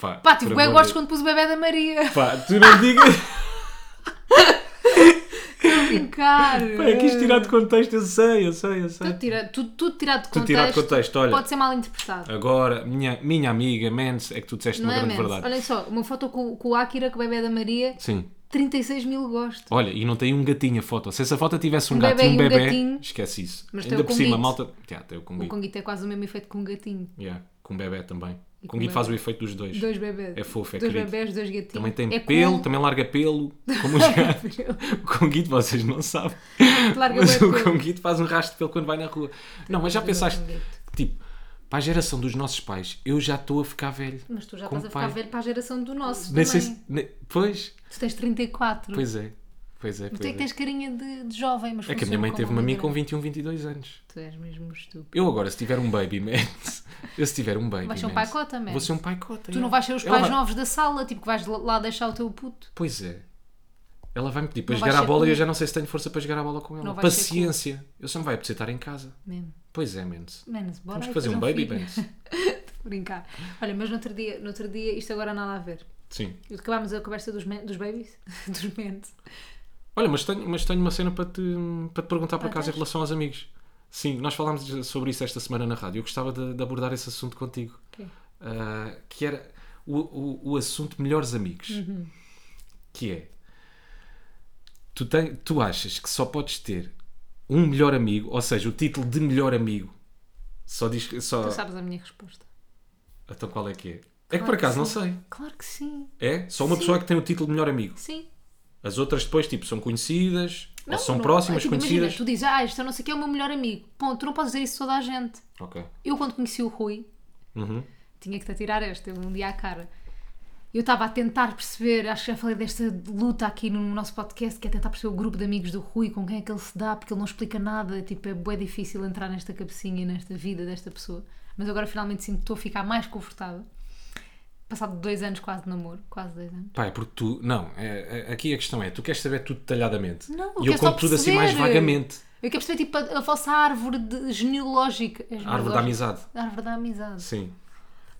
Speaker 2: pá,
Speaker 1: Pá, tipo,
Speaker 2: por
Speaker 1: eu
Speaker 2: amor
Speaker 1: gosto
Speaker 2: de-
Speaker 1: quando pus o bebê da Maria.
Speaker 2: Pá, tu não digas.
Speaker 1: Brincar.
Speaker 2: Pá, é eu quis tirar de contexto, eu sei, eu sei, eu sei.
Speaker 1: Tudo, tira, tudo, tudo tirado de Então, contexto.
Speaker 2: Tudo tirado de contexto, olha.
Speaker 1: Pode ser mal interpretado.
Speaker 2: Agora, minha, minha amiga Mens, é que tu disseste
Speaker 1: Não
Speaker 2: uma
Speaker 1: é
Speaker 2: grande
Speaker 1: mesmo?
Speaker 2: verdade.
Speaker 1: Olhem só, uma foto com, com o Akira, com o bebê da Maria,
Speaker 2: Sim.
Speaker 1: 36 mil gostos.
Speaker 2: Olha, e não tem um gatinho a foto. Se essa foto tivesse um,
Speaker 1: Um
Speaker 2: gato
Speaker 1: bebé
Speaker 2: e um
Speaker 1: e um
Speaker 2: bebê,
Speaker 1: gatinho.
Speaker 2: esquece isso.
Speaker 1: Mas tem
Speaker 2: Ainda
Speaker 1: o
Speaker 2: por cima,
Speaker 1: conguito.
Speaker 2: malta. Já, tem o
Speaker 1: O
Speaker 2: conguito.
Speaker 1: Conguito é quase o mesmo efeito que um gatinho.
Speaker 2: Yeah, com bebê também. O
Speaker 1: com
Speaker 2: conguito
Speaker 1: bebé.
Speaker 2: faz o efeito dos dois.
Speaker 1: Dois bebés.
Speaker 2: É fofo, é
Speaker 1: Dois
Speaker 2: querido.
Speaker 1: bebés, dois gatinhos.
Speaker 2: Também tem
Speaker 1: é
Speaker 2: pelo,
Speaker 1: com-
Speaker 2: também larga pelo. Como os gatos. O conguito, vocês não sabem.
Speaker 1: Larga
Speaker 2: mas
Speaker 1: bué
Speaker 2: o
Speaker 1: pelo.
Speaker 2: conguito faz um rastro de pelo quando vai na rua. Não, mas já
Speaker 1: bué
Speaker 2: pensaste,
Speaker 1: conguito.
Speaker 2: tipo, para a geração dos nossos pais, eu já estou a ficar velho.
Speaker 1: Mas tu já
Speaker 2: Como
Speaker 1: estás a ficar
Speaker 2: pai.
Speaker 1: velho para a geração do nosso
Speaker 2: Nem
Speaker 1: também.
Speaker 2: sei se- nem- Pois,
Speaker 1: Tu tens 34.
Speaker 2: pois é. Pois é,
Speaker 1: Mas
Speaker 2: pois
Speaker 1: tu é que
Speaker 2: é.
Speaker 1: tens carinha de, de jovem, mas
Speaker 2: É que a minha mãe teve-me a
Speaker 1: uma
Speaker 2: mim com 21, 22 anos.
Speaker 1: Tu és mesmo estúpido.
Speaker 2: Eu agora, se tiver um baby, man, eu se tiver um baby,
Speaker 1: Vais ser um
Speaker 2: man,
Speaker 1: paicota, man.
Speaker 2: Vou ser um paicota.
Speaker 1: Tu
Speaker 2: yeah.
Speaker 1: não vais ser os
Speaker 2: Ela
Speaker 1: pais
Speaker 2: vai-
Speaker 1: novos da sala, tipo que vais lá deixar o teu puto.
Speaker 2: Pois é. Ela vai-me pedir para
Speaker 1: Não
Speaker 2: jogar
Speaker 1: vais
Speaker 2: a
Speaker 1: ser
Speaker 2: bola e eu
Speaker 1: cool.
Speaker 2: já não sei se tenho força para jogar a bola com ela.
Speaker 1: Não vais ser
Speaker 2: Paciência. Eu só me vai apetecer estar em casa.
Speaker 1: Mesmo.
Speaker 2: Pois é, Mendes.
Speaker 1: Menos, bora
Speaker 2: Vamos
Speaker 1: aí
Speaker 2: fazer um baby,
Speaker 1: filho.
Speaker 2: Mendes.
Speaker 1: Brincar. Olha, mas no outro dia, no outro dia isto agora nada a ver.
Speaker 2: Sim.
Speaker 1: Acabámos a conversa dos, men- dos babies, dos mentes.
Speaker 2: Olha, mas tenho, mas tenho uma cena para te, para te perguntar por
Speaker 1: Ah,
Speaker 2: acaso em
Speaker 1: tens?
Speaker 2: relação aos amigos. Sim, nós falámos de- sobre isso esta semana na rádio. Eu gostava de, de abordar esse assunto contigo.
Speaker 1: Ok.
Speaker 2: Ah, que era o, o, o assunto melhores amigos.
Speaker 1: Uhum.
Speaker 2: Que é. Tu, tem, tu achas que só podes ter um melhor amigo, ou seja, o título de melhor amigo só diz. Só...
Speaker 1: Tu sabes a minha resposta.
Speaker 2: Então qual é que é? É que
Speaker 1: Claro
Speaker 2: por acaso
Speaker 1: que
Speaker 2: não
Speaker 1: sim.
Speaker 2: sei.
Speaker 1: Claro que sim.
Speaker 2: É? Só uma
Speaker 1: Sim.
Speaker 2: pessoa é que tem o título de melhor amigo.
Speaker 1: Sim.
Speaker 2: As outras depois, tipo, são conhecidas,
Speaker 1: Não,
Speaker 2: ou são
Speaker 1: não-
Speaker 2: próximas,
Speaker 1: tipo, imagina,
Speaker 2: conhecidas.
Speaker 1: tu dizes, ah, este eu não sei quem é o meu melhor amigo. Ponto, tu não podes dizer isso a toda a gente.
Speaker 2: Ok.
Speaker 1: Eu quando conheci o Rui,
Speaker 2: Uhum.
Speaker 1: tinha que te atirar esta, um dia à cara. Eu estava a tentar perceber, acho que já falei desta luta aqui no nosso podcast, que é tentar perceber o grupo de amigos do Rui, com quem é que ele se dá, porque ele não explica nada, tipo, é bué difícil entrar nesta cabecinha e nesta vida desta pessoa. Mas agora finalmente sinto que estou a ficar mais confortável. Passado dois anos quase de namoro, quase dois anos.
Speaker 2: Pá, é porque tu. Não, é- é- aqui a questão é: tu queres saber tudo detalhadamente.
Speaker 1: Não, eu
Speaker 2: e
Speaker 1: quero
Speaker 2: eu
Speaker 1: só
Speaker 2: conto tudo assim
Speaker 1: perceber.
Speaker 2: mais vagamente.
Speaker 1: Eu quero perceber, tipo, a, a vossa árvore de- genealógica. É
Speaker 2: A árvore
Speaker 1: genealógica?
Speaker 2: da amizade.
Speaker 1: A árvore da amizade.
Speaker 2: Sim.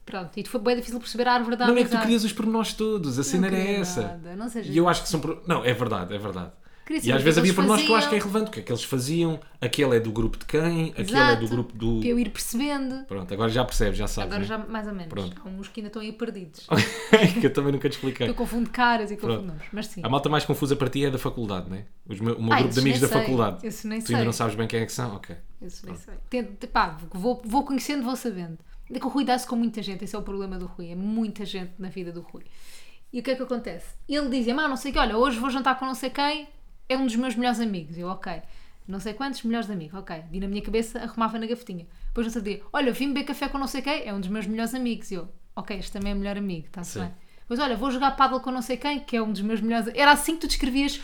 Speaker 1: Pronto, e foi bem difícil perceber a árvore da
Speaker 2: não é que
Speaker 1: amizade.
Speaker 2: tu querias os pormenores todos, a cena era
Speaker 1: queria
Speaker 2: essa.
Speaker 1: nada, não seja
Speaker 2: e eu acho que são. por- Não, é verdade, é verdade.
Speaker 1: Queria
Speaker 2: e
Speaker 1: saber o
Speaker 2: às
Speaker 1: que
Speaker 2: vezes
Speaker 1: é
Speaker 2: havia
Speaker 1: que eles
Speaker 2: pormenores que eu acho que é
Speaker 1: faziam.
Speaker 2: relevante. O que é que eles faziam? Aquele é do grupo de quem? Aquele é do
Speaker 1: Exato,
Speaker 2: grupo do.
Speaker 1: Para eu ir percebendo.
Speaker 2: Pronto, agora já percebes, já sabes.
Speaker 1: Agora
Speaker 2: né?
Speaker 1: já mais ou menos.
Speaker 2: Pronto.
Speaker 1: Há uns que ainda estão aí perdidos.
Speaker 2: que eu também nunca te expliquei.
Speaker 1: Eu confundo caras e confundo
Speaker 2: Pronto.
Speaker 1: nomes. Mas sim.
Speaker 2: A malta mais confusa para ti é da faculdade, não é? Os meu- o meu
Speaker 1: Ah,
Speaker 2: grupo de
Speaker 1: esses
Speaker 2: amigos da
Speaker 1: nem sei.
Speaker 2: faculdade.
Speaker 1: Esses nem
Speaker 2: tu ainda
Speaker 1: sei.
Speaker 2: não sabes bem quem é que são? Ok.
Speaker 1: Isso, isso. Tento, pá, vou, vou conhecendo, vou sabendo. É que o Rui dá-se com muita gente, esse é o problema do Rui. É muita gente na vida do Rui. E o que é que acontece? Ele dizia, ah, não sei o que, olha, hoje vou jantar com não sei quem, é um dos meus melhores amigos. Eu, ok. Não sei quantos melhores amigos, ok. Vi na minha cabeça, arrumava na gavetinha. Depois no outro dia, olha, vim beber café com não sei quem, é um dos meus melhores amigos. E eu, ok, este também é melhor amigo, está-se
Speaker 2: Sim.
Speaker 1: bem. Depois, olha, vou jogar paddle com não sei quem, que é um dos meus melhores. Era assim que tu descrevias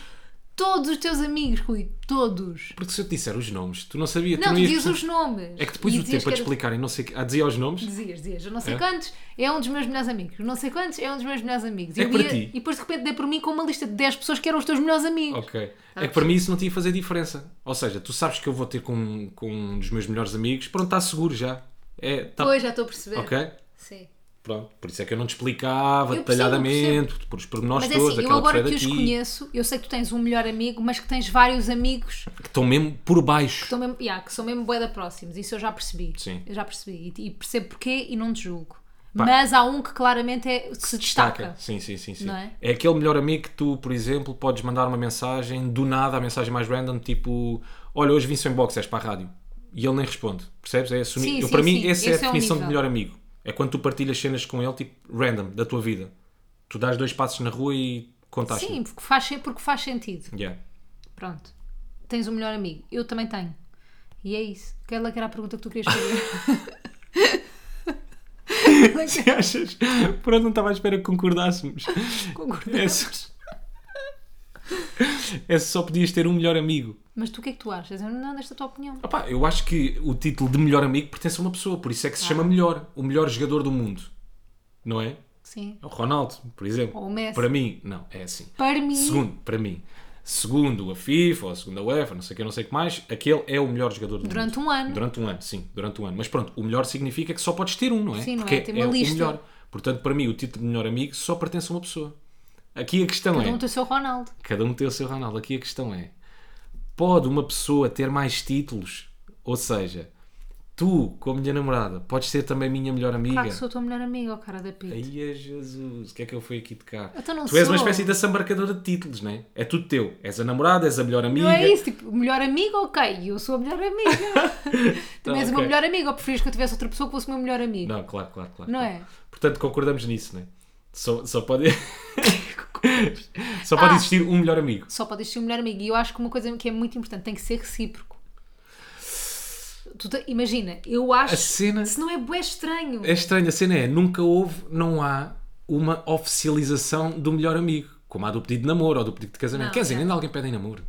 Speaker 1: todos os teus amigos, Rui. Todos.
Speaker 2: Porque se eu te disser os nomes, tu não sabias.
Speaker 1: Não,
Speaker 2: tu
Speaker 1: tu
Speaker 2: não ias
Speaker 1: dizias
Speaker 2: perceber-
Speaker 1: os nomes.
Speaker 2: É que depois
Speaker 1: E
Speaker 2: o
Speaker 1: dizias
Speaker 2: tempo a te
Speaker 1: que era-
Speaker 2: explicarem, não sei que. Ah, dizia os nomes?
Speaker 1: Dizias, dizias, eu não sei
Speaker 2: É?
Speaker 1: quantos, é um dos meus melhores amigos. Eu Não sei quantos, é um dos meus melhores amigos. E
Speaker 2: É
Speaker 1: eu
Speaker 2: para
Speaker 1: ia-
Speaker 2: ti.
Speaker 1: E depois de repente dei por mim com uma lista de 10 pessoas que eram os teus melhores amigos.
Speaker 2: Ok. É que para mim isso não tinha que fazer diferença. Ou seja, tu sabes que eu vou ter com, com um dos meus melhores amigos, pronto, está seguro já. É, tá...
Speaker 1: Pois, já estou a perceber.
Speaker 2: Ok?
Speaker 1: Sim.
Speaker 2: Pronto. Por isso é que eu não te explicava
Speaker 1: Eu percebo,
Speaker 2: detalhadamente, por os pormenores
Speaker 1: Mas é
Speaker 2: todos,
Speaker 1: assim, eu
Speaker 2: aquela
Speaker 1: agora que
Speaker 2: pessoa
Speaker 1: os
Speaker 2: daqui,
Speaker 1: conheço, eu sei que tu tens um melhor amigo, mas que tens vários amigos
Speaker 2: que estão mesmo por baixo.
Speaker 1: que, são mesmo, yeah, que são mesmo boeda próximos. Isso eu já percebi.
Speaker 2: Sim.
Speaker 1: Eu já percebi. E, e percebo porquê e não te julgo.
Speaker 2: Pá.
Speaker 1: Mas há um que claramente é, se destaca.
Speaker 2: Sim, sim, sim. sim.
Speaker 1: Não
Speaker 2: é?
Speaker 1: é?
Speaker 2: aquele melhor amigo que tu, por exemplo, podes mandar uma mensagem do nada, a mensagem mais random, tipo: Olha, hoje vim sem boxers para a rádio. E ele nem responde, percebes? É assumir.
Speaker 1: Sim,
Speaker 2: Eu,
Speaker 1: sim,
Speaker 2: para mim,
Speaker 1: sim.
Speaker 2: essa é a
Speaker 1: Esse é o
Speaker 2: definição de
Speaker 1: nível.
Speaker 2: melhor amigo. É quando tu partilhas cenas com ele, tipo, random, da tua vida. Tu dás dois passos na rua e contaste.
Speaker 1: Sim, porque faz, sen- porque faz sentido.
Speaker 2: Yeah.
Speaker 1: Pronto. Tens um melhor amigo. Eu também tenho. E é isso. Aquela que era a pergunta que tu querias fazer.
Speaker 2: Se achas? Pronto, não estava à espera que concordássemos.
Speaker 1: Concordo.
Speaker 2: É só... é só podias ter um melhor amigo.
Speaker 1: Mas tu o que é que tu achas? Eu não desta tua opinião.
Speaker 2: Opá, eu acho que o título de melhor amigo pertence a uma pessoa, por isso é que se chama
Speaker 1: Ah.
Speaker 2: melhor. O melhor jogador do mundo. Não é?
Speaker 1: Sim.
Speaker 2: É o Ronaldo, por exemplo.
Speaker 1: Ou o Messi.
Speaker 2: Para mim, não, é assim.
Speaker 1: Para mim.
Speaker 2: Segundo, para mim. Segundo a FIFA ou segundo a UEFA, não sei o que, não sei o que mais, aquele é o melhor jogador do mundo.
Speaker 1: Durante um ano.
Speaker 2: Durante um ano, sim, durante um ano. Mas pronto, o melhor significa que só podes ter um, não é?
Speaker 1: Sim, não é?
Speaker 2: Porque
Speaker 1: Tem uma
Speaker 2: o
Speaker 1: lista.
Speaker 2: melhor. Portanto, para mim, o título de melhor amigo só pertence a uma pessoa. Aqui a questão é.
Speaker 1: Cada um tem o seu Ronaldo.
Speaker 2: Cada um tem o seu Ronaldo. Aqui a questão é: pode uma pessoa ter mais títulos? Ou seja, tu, como minha namorada, podes ser também minha melhor amiga.
Speaker 1: Claro que sou a tua melhor amiga, ó cara da pita.
Speaker 2: Aí é Jesus, o que é que eu fui aqui de cá?
Speaker 1: Então não
Speaker 2: tu és
Speaker 1: sou.
Speaker 2: uma espécie de assambarcadora de títulos, não é? É tudo teu. És a namorada, és a melhor amiga.
Speaker 1: Não é isso, tipo, melhor amiga, ok, eu sou a melhor amiga. tu
Speaker 2: Tá,
Speaker 1: és o
Speaker 2: ok.
Speaker 1: meu melhor amigo, ou preferias que eu tivesse outra pessoa que fosse o meu melhor amigo?
Speaker 2: Não, claro, claro, claro.
Speaker 1: Não
Speaker 2: claro.
Speaker 1: é?
Speaker 2: Portanto, concordamos nisso, não é? Só, só pode. só pode
Speaker 1: Ah.
Speaker 2: existir um melhor amigo.
Speaker 1: Só pode existir o melhor amigo. E eu acho que uma coisa que é muito importante, tem que ser recíproco. Tu te- imagina, eu acho.
Speaker 2: A cena-
Speaker 1: Se não é bué estranho.
Speaker 2: É estranho, a cena é, nunca houve, não há uma oficialização do melhor amigo, como há do pedido de namoro ou do pedido de casamento.
Speaker 1: Não,
Speaker 2: Quer dizer,
Speaker 1: já.
Speaker 2: ainda alguém pede em namoro.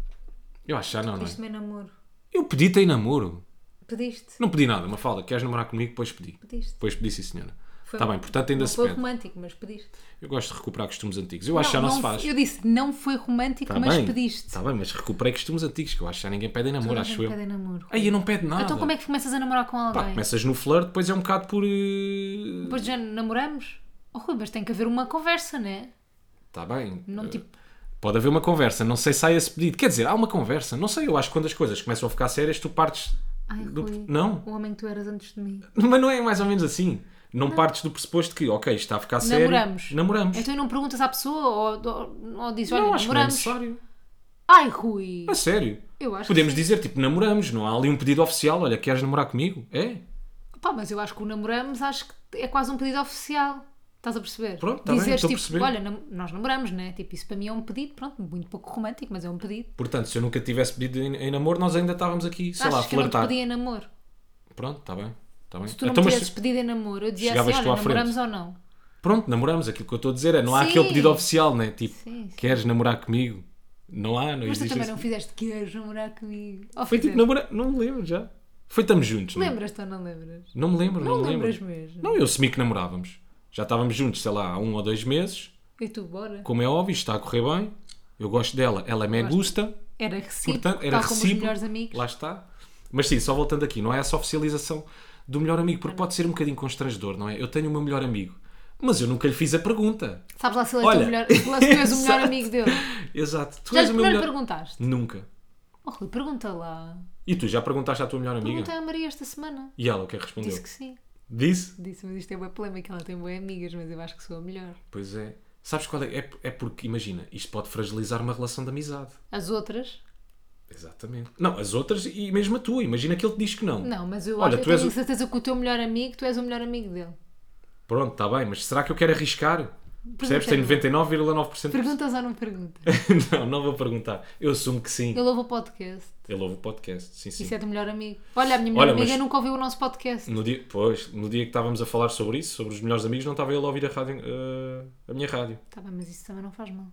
Speaker 2: Eu acho que já não, não é?
Speaker 1: Pediste-me em namoro.
Speaker 2: Eu pedi-te em namoro.
Speaker 1: Pediste.
Speaker 2: Não pedi nada, Mafalda. Queres namorar comigo? Depois pedi.
Speaker 1: Pediste.
Speaker 2: Depois pedi, sim senhora.
Speaker 1: Foi- um
Speaker 2: Está tá bem, portanto ainda
Speaker 1: Não
Speaker 2: se
Speaker 1: foi
Speaker 2: pede.
Speaker 1: romântico, mas pediste.
Speaker 2: Eu gosto de recuperar costumes antigos. Eu acho que já não, se faz.
Speaker 1: Eu disse, não foi romântico,
Speaker 2: Está
Speaker 1: mas
Speaker 2: bem.
Speaker 1: pediste.
Speaker 2: Está bem, mas recuperei costumes antigos, que eu acho que já ninguém pede em namoro,
Speaker 1: Toda a
Speaker 2: acho
Speaker 1: gente
Speaker 2: eu.
Speaker 1: pede em namoro.
Speaker 2: Aí eu não pede nada.
Speaker 1: Então como é que começas a namorar com
Speaker 2: Pá,
Speaker 1: alguém?
Speaker 2: começas no flirt, depois é um bocado por... eh,
Speaker 1: Depois já namoramos? Oh, Rui, mas tem que haver uma conversa, né?
Speaker 2: Está bem.
Speaker 1: Não,
Speaker 2: eh,
Speaker 1: tipo,
Speaker 2: Pode haver uma conversa, não sei se há esse pedido. Quer dizer, há uma conversa, não sei, eu acho que quando as coisas começam a ficar sérias, tu partes.
Speaker 1: ai
Speaker 2: do-
Speaker 1: Rui,
Speaker 2: Não,
Speaker 1: o homem que tu eras antes de mim.
Speaker 2: mas não é mais ou menos assim. Não, partes do pressuposto que, ok, isto está a ficar sério.
Speaker 1: Namoramos.
Speaker 2: Namoramos.
Speaker 1: Então não perguntas à pessoa ou, ou, ou dizes, olha,
Speaker 2: não, acho que não é
Speaker 1: namoramos.
Speaker 2: necessário.
Speaker 1: Ai, Rui.
Speaker 2: A sério.
Speaker 1: Eu acho
Speaker 2: Podemos
Speaker 1: que sim.
Speaker 2: dizer, tipo, namoramos, não há ali um pedido oficial, olha, queres namorar comigo? É?
Speaker 1: Pá, mas eu acho que o namoramos acho que é quase um pedido oficial. Estás a perceber?
Speaker 2: Pronto, tá bem,
Speaker 1: Dizeres
Speaker 2: estou a
Speaker 1: tipo,
Speaker 2: perceber.
Speaker 1: olha, nam- nós namoramos, né? Tipo, isso para mim é um pedido, pronto, muito pouco romântico, mas é um pedido.
Speaker 2: Portanto, se eu nunca tivesse pedido em, em namoro, nós ainda estávamos aqui, sei
Speaker 1: Achas
Speaker 2: lá, a
Speaker 1: que eu não te
Speaker 2: flertar.
Speaker 1: pedia namoro?
Speaker 2: Pronto, está bem. Está bem.
Speaker 1: Se tu não
Speaker 2: Então,
Speaker 1: me
Speaker 2: mas-
Speaker 1: tivesses pedido em namoro, eu dizia assim,
Speaker 2: Chegavas tu
Speaker 1: olha,
Speaker 2: à frente.
Speaker 1: namoramos ou não?
Speaker 2: Pronto, namoramos, aquilo que eu estou a dizer é, não há
Speaker 1: Sim.
Speaker 2: aquele pedido oficial, né? Tipo,
Speaker 1: Sim, sim.
Speaker 2: queres namorar comigo? Não há, não
Speaker 1: Mas tu
Speaker 2: existe
Speaker 1: também
Speaker 2: esse-
Speaker 1: não fizeste, queres namorar comigo? Ou
Speaker 2: Foi tipo
Speaker 1: fizeste?
Speaker 2: namora... Não me lembro já. Foi estamos juntos, não é?
Speaker 1: Lembras-te ou não lembras?
Speaker 2: Não me lembro, não,
Speaker 1: Não
Speaker 2: me lembro.
Speaker 1: lembras mesmo.
Speaker 2: Não, eu assumi que namorávamos. Já estávamos juntos, sei lá, há um ou dois meses.
Speaker 1: E tu, bora.
Speaker 2: Como é óbvio, isto está a correr bem. Eu gosto dela, ela é me gusta.
Speaker 1: Era recíproco,
Speaker 2: Portanto, era
Speaker 1: tal como os
Speaker 2: recíproco.
Speaker 1: melhores amigos.
Speaker 2: Lá está. Mas sim, só voltando aqui, não é essa oficialização do melhor amigo, porque pode ser um bocadinho constrangedor, não é? Eu tenho o meu melhor amigo, mas eu nunca lhe fiz a pergunta.
Speaker 1: Sabes lá se ele é
Speaker 2: Olha.
Speaker 1: teu melhor, se tu és o melhor
Speaker 2: Exato.
Speaker 1: amigo dele.
Speaker 2: Exato. Tu
Speaker 1: Tá. Já
Speaker 2: és
Speaker 1: lhe-
Speaker 2: o meu
Speaker 1: não lhe
Speaker 2: melhor.
Speaker 1: perguntaste?
Speaker 2: Nunca.
Speaker 1: Oh, Rui, pergunta lá.
Speaker 2: E tu já perguntaste à tua melhor amiga?
Speaker 1: Perguntei à Maria esta semana.
Speaker 2: E ela o que é que respondeu?
Speaker 1: Disse que sim.
Speaker 2: Disse?
Speaker 1: Disse, mas isto é uma polémica, ela tem boas amigas, mas eu acho que sou a melhor.
Speaker 2: Pois é. Sabes qual é? é? é porque, imagina, isto pode fragilizar uma relação de amizade.
Speaker 1: As outras?
Speaker 2: Exatamente. Não, as outras e mesmo a tua. Imagina que ele te diz que não.
Speaker 1: Não, mas eu,
Speaker 2: Olha,
Speaker 1: acho, eu
Speaker 2: tu és
Speaker 1: tenho
Speaker 2: o-
Speaker 1: certeza que o teu melhor amigo, tu és o melhor amigo dele.
Speaker 2: Pronto, está bem, mas será que eu quero arriscar? Percebes? Tem 99,9%.
Speaker 1: Perguntas ou não perguntas?
Speaker 2: não, não vou perguntar. Eu assumo que sim.
Speaker 1: Ele ouve o podcast.
Speaker 2: Ele ouve o podcast. Sim, sim.
Speaker 1: Isso é do melhor amigo. Olha, a minha melhor
Speaker 2: Olha,
Speaker 1: amiga
Speaker 2: mas- Hum.
Speaker 1: nunca ouviu o nosso podcast.
Speaker 2: No dia, pois, no dia que estávamos a falar sobre isso, sobre os melhores amigos, não estava ele a ouvir a, rádio, eh, a minha rádio.
Speaker 1: Tá bem, mas isso também não faz mal.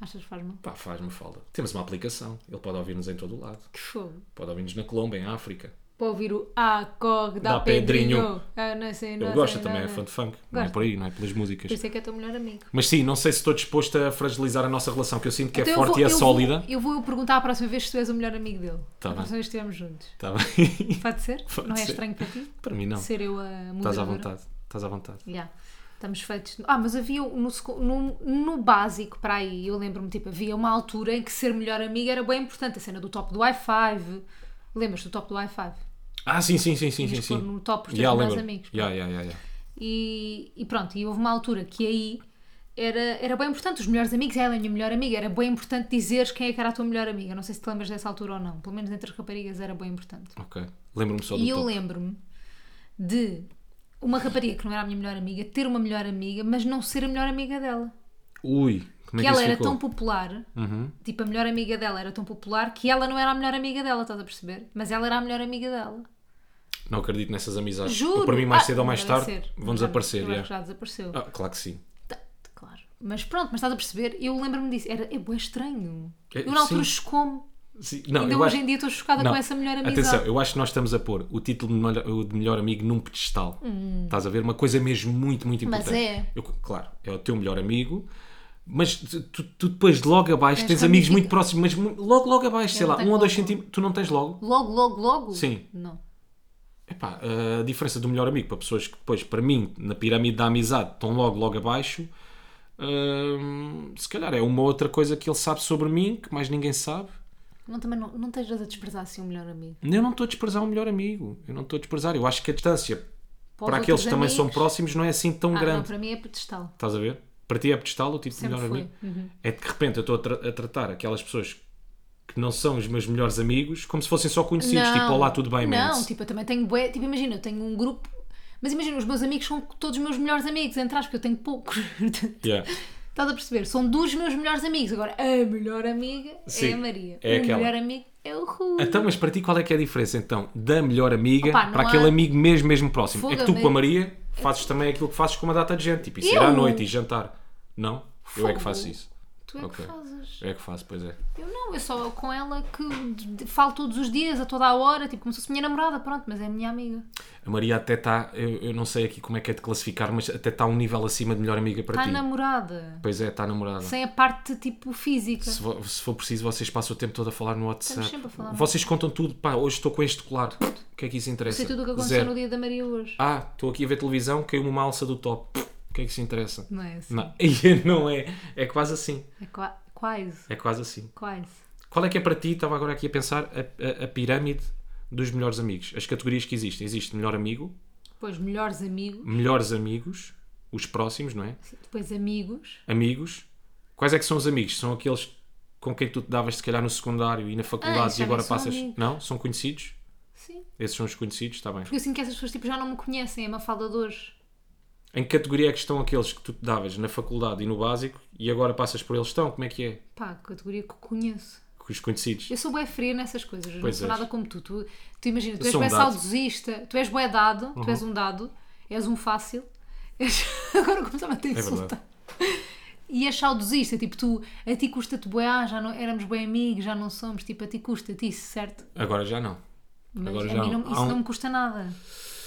Speaker 1: Achas que faz mal?
Speaker 2: Pá, faz-me falta. Temos uma aplicação. Ele pode ouvir-nos em todo o lado.
Speaker 1: Que fogo.
Speaker 2: Pode ouvir-nos na Colômbia, em África.
Speaker 1: Para ouvir o Ah, corre, dá,
Speaker 2: Dá
Speaker 1: pedrinho.
Speaker 2: Pedrinho.
Speaker 1: Ah, não sei,
Speaker 2: Ele
Speaker 1: não sei,
Speaker 2: gosta
Speaker 1: não,
Speaker 2: também, é
Speaker 1: não.
Speaker 2: fã de funk. Não é
Speaker 1: Gosta.
Speaker 2: por aí, não é pelas músicas.
Speaker 1: Por isso é que é teu melhor amigo.
Speaker 2: Mas sim, não sei se estou disposto a fragilizar a nossa relação, que eu sinto que
Speaker 1: Então
Speaker 2: é
Speaker 1: eu
Speaker 2: forte
Speaker 1: vou-
Speaker 2: e é
Speaker 1: eu vou-
Speaker 2: sólida.
Speaker 1: Eu vou perguntar à próxima vez se tu és o melhor amigo dele.
Speaker 2: Tá
Speaker 1: a
Speaker 2: bem.
Speaker 1: próxima vez que estivermos juntos.
Speaker 2: Está Tá bem.
Speaker 1: Pode ser?
Speaker 2: Pode
Speaker 1: não é
Speaker 2: ser.
Speaker 1: estranho para ti?
Speaker 2: Para mim, não.
Speaker 1: Ser eu a moderadora?
Speaker 2: Estás à vontade. Estás à vontade.
Speaker 1: Já. Estamos feitos. Ah, mas havia no, secu- no, no básico para aí, eu lembro-me, tipo, havia uma altura em que ser melhor amiga era bem importante. A cena do top do i5. Lembras do top do i5?
Speaker 2: Ah, sim, sim, sim, sim, sim.
Speaker 1: Ias
Speaker 2: sim.
Speaker 1: pôr no top os teus
Speaker 2: Yeah,
Speaker 1: melhores
Speaker 2: lembro-me.
Speaker 1: amigos.
Speaker 2: Yeah, yeah, yeah, yeah.
Speaker 1: E, e pronto, e houve uma altura que aí era, era bem importante, os melhores amigos, ela é a minha melhor amiga, era bem importante dizeres quem é que era a tua melhor amiga. Não sei se te lembras dessa altura ou não, pelo menos entre as raparigas era bem importante.
Speaker 2: Ok. Lembro-me só do
Speaker 1: E eu
Speaker 2: top.
Speaker 1: lembro-me de uma rapariga que não era a minha melhor amiga ter uma melhor amiga, mas não ser a melhor amiga dela.
Speaker 2: Ui, como é
Speaker 1: Que
Speaker 2: que,
Speaker 1: ela
Speaker 2: isso
Speaker 1: era
Speaker 2: ficou? Uhum.
Speaker 1: tão popular, tipo, a melhor amiga dela era tão popular que ela não era a melhor amiga dela, estás a perceber? Mas ela era a melhor amiga dela.
Speaker 2: Não acredito nessas amizades.
Speaker 1: Juro!
Speaker 2: Ou para mim, mais
Speaker 1: Ah,
Speaker 2: cedo ou mais
Speaker 1: deve
Speaker 2: tarde,
Speaker 1: ser.
Speaker 2: vão
Speaker 1: Já-
Speaker 2: desaparecer.
Speaker 1: eu acho
Speaker 2: já.
Speaker 1: que Já desapareceu.
Speaker 2: Ah, claro que sim.
Speaker 1: Tá, Claro. Mas pronto, mas estás a perceber? Eu lembro-me disso. Era, é bué estranho.
Speaker 2: É,
Speaker 1: eu na altura
Speaker 2: sim.
Speaker 1: chocou-me.
Speaker 2: Sim, Não,
Speaker 1: Ainda
Speaker 2: eu
Speaker 1: hoje
Speaker 2: acho-
Speaker 1: em dia estou chocada
Speaker 2: Não.
Speaker 1: com essa melhor amizade.
Speaker 2: Atenção, eu acho que nós estamos a pôr o título de melhor, o de melhor amigo num pedestal. Estás a ver? Uma coisa mesmo muito, muito
Speaker 1: Hum. Mas
Speaker 2: importante.
Speaker 1: é.
Speaker 2: Eu- claro, é o teu melhor amigo, mas tu, tu- tu depois logo abaixo
Speaker 1: Tens
Speaker 2: tens
Speaker 1: que
Speaker 2: amigos
Speaker 1: ramificar.
Speaker 2: muito próximos, mas mu- logo, logo abaixo, sei
Speaker 1: não
Speaker 2: lá,
Speaker 1: tenho
Speaker 2: um ou dois
Speaker 1: logo.
Speaker 2: centímetros, tu não tens logo.
Speaker 1: Logo, logo, logo?
Speaker 2: Sim.
Speaker 1: Não.
Speaker 2: Epá, a diferença do melhor amigo para pessoas que depois, para mim, na pirâmide da amizade, estão logo, logo abaixo, hum, se calhar é uma outra coisa que ele sabe sobre mim, que mais ninguém sabe.
Speaker 1: Não, também não, não tens de desprezar assim o melhor amigo.
Speaker 2: Eu não estou a desprezar o melhor amigo. Eu não estou a desprezar. Eu acho que a distância
Speaker 1: Para os
Speaker 2: para aqueles
Speaker 1: outros
Speaker 2: que também são
Speaker 1: amigos.
Speaker 2: próximos não é assim tão
Speaker 1: Ah, não,
Speaker 2: grande.
Speaker 1: para mim é pedestal.
Speaker 2: Estás a ver? Para ti é pedestal o tipo de
Speaker 1: Sempre
Speaker 2: melhor
Speaker 1: foi. Uhum.
Speaker 2: amigo. É que de repente eu estou a, tra- a tratar aquelas pessoas que não são os meus melhores amigos como se fossem só conhecidos. Tipo, olá, tudo bem,
Speaker 1: Não,
Speaker 2: mano.
Speaker 1: tipo, eu também tenho bué, tipo, imagina, eu tenho um grupo, mas imagina, os meus amigos são todos os meus melhores amigos, entre aspas, porque eu tenho poucos.
Speaker 2: Yeah.
Speaker 1: Estás a perceber? São dos meus melhores amigos. Agora, a melhor amiga é
Speaker 2: Sim,
Speaker 1: a Maria.
Speaker 2: é
Speaker 1: o
Speaker 2: aquela.
Speaker 1: melhor amigo é o Rui.
Speaker 2: Então, mas para ti qual é que é a diferença então da melhor amiga
Speaker 1: Opa, não
Speaker 2: para
Speaker 1: há-
Speaker 2: aquele amigo mesmo, mesmo próximo? é
Speaker 1: Fogo,
Speaker 2: que tu
Speaker 1: mas-
Speaker 2: com a Maria fazes também aquilo que fazes com uma data de gente. Tipo, isso ir à
Speaker 1: Eu?
Speaker 2: noite e jantar. Não? Eu é que
Speaker 1: Fogo.
Speaker 2: faço isso.
Speaker 1: tu é
Speaker 2: ok.
Speaker 1: que fazes.
Speaker 2: Eu é que faço, pois é.
Speaker 1: Eu não, eu só com ela que de- de- falo todos os dias, a toda a hora, tipo, como se fosse minha namorada, pronto, mas é a minha amiga.
Speaker 2: A Maria até está, eu, eu não sei aqui como é que é de classificar, mas até está um nível acima de melhor amiga para
Speaker 1: Está
Speaker 2: ti.
Speaker 1: Tá namorada.
Speaker 2: Pois é, está namorada.
Speaker 1: Sem a parte, tipo, física.
Speaker 2: Se, vo- se for preciso, vocês passam o tempo todo a falar no WhatsApp.
Speaker 1: Estamos sempre a falar no
Speaker 2: vocês contam tudo, pá, hoje estou com este colar. O que é que isso interessa?
Speaker 1: Sei tudo o que aconteceu
Speaker 2: Zero.
Speaker 1: no dia da Maria hoje.
Speaker 2: Ah, estou aqui a ver televisão, caiu-me uma alça do top. O que é que isso interessa?
Speaker 1: Não é assim?
Speaker 2: Não, E não é. É quase assim.
Speaker 1: É qua- quase.
Speaker 2: É quase assim.
Speaker 1: Quase.
Speaker 2: Qual é que é para ti, estava agora aqui a pensar, a, a- a pirâmide dos melhores amigos? As categorias que existem. Existe melhor amigo,
Speaker 1: Depois melhores amigos,
Speaker 2: melhores amigos, os próximos, não é?
Speaker 1: depois amigos.
Speaker 2: amigos. Quais é que são os amigos? São aqueles com quem tu te davas, se calhar, no secundário e na
Speaker 1: Ah,
Speaker 2: faculdade
Speaker 1: isso
Speaker 2: e
Speaker 1: já
Speaker 2: agora
Speaker 1: não são
Speaker 2: passas.
Speaker 1: amigos.
Speaker 2: Não? São conhecidos?
Speaker 1: Sim.
Speaker 2: Esses são os conhecidos, está bem.
Speaker 1: Porque eu sinto que essas pessoas tipo, já não me conhecem, é uma fala de hoje.
Speaker 2: Em que categoria é que estão aqueles que tu te davas na faculdade e no básico e agora passas por eles? Estão? Como é que é?
Speaker 1: Pá, categoria que conheço.
Speaker 2: Com os conhecidos?
Speaker 1: Eu sou bué fria nessas coisas, não
Speaker 2: Pois és.
Speaker 1: sou nada como tu. Tu, tu imagina, tu
Speaker 2: Eu
Speaker 1: és
Speaker 2: sou um
Speaker 1: bué
Speaker 2: dado. Uhum.
Speaker 1: saudosista, tu és bué dado, tu és um dado, és um fácil. És... Agora começava a te
Speaker 2: É verdade.
Speaker 1: insultar. e és saudosista, tipo, tu, a ti custa-te bué, ah, já não, éramos bué amigos, já não somos, tipo, a ti custa-te isso, certo?
Speaker 2: Agora já não.
Speaker 1: Mas
Speaker 2: Agora
Speaker 1: a
Speaker 2: já
Speaker 1: mim
Speaker 2: não.
Speaker 1: não,
Speaker 2: Há
Speaker 1: isso
Speaker 2: um-
Speaker 1: não me custa nada.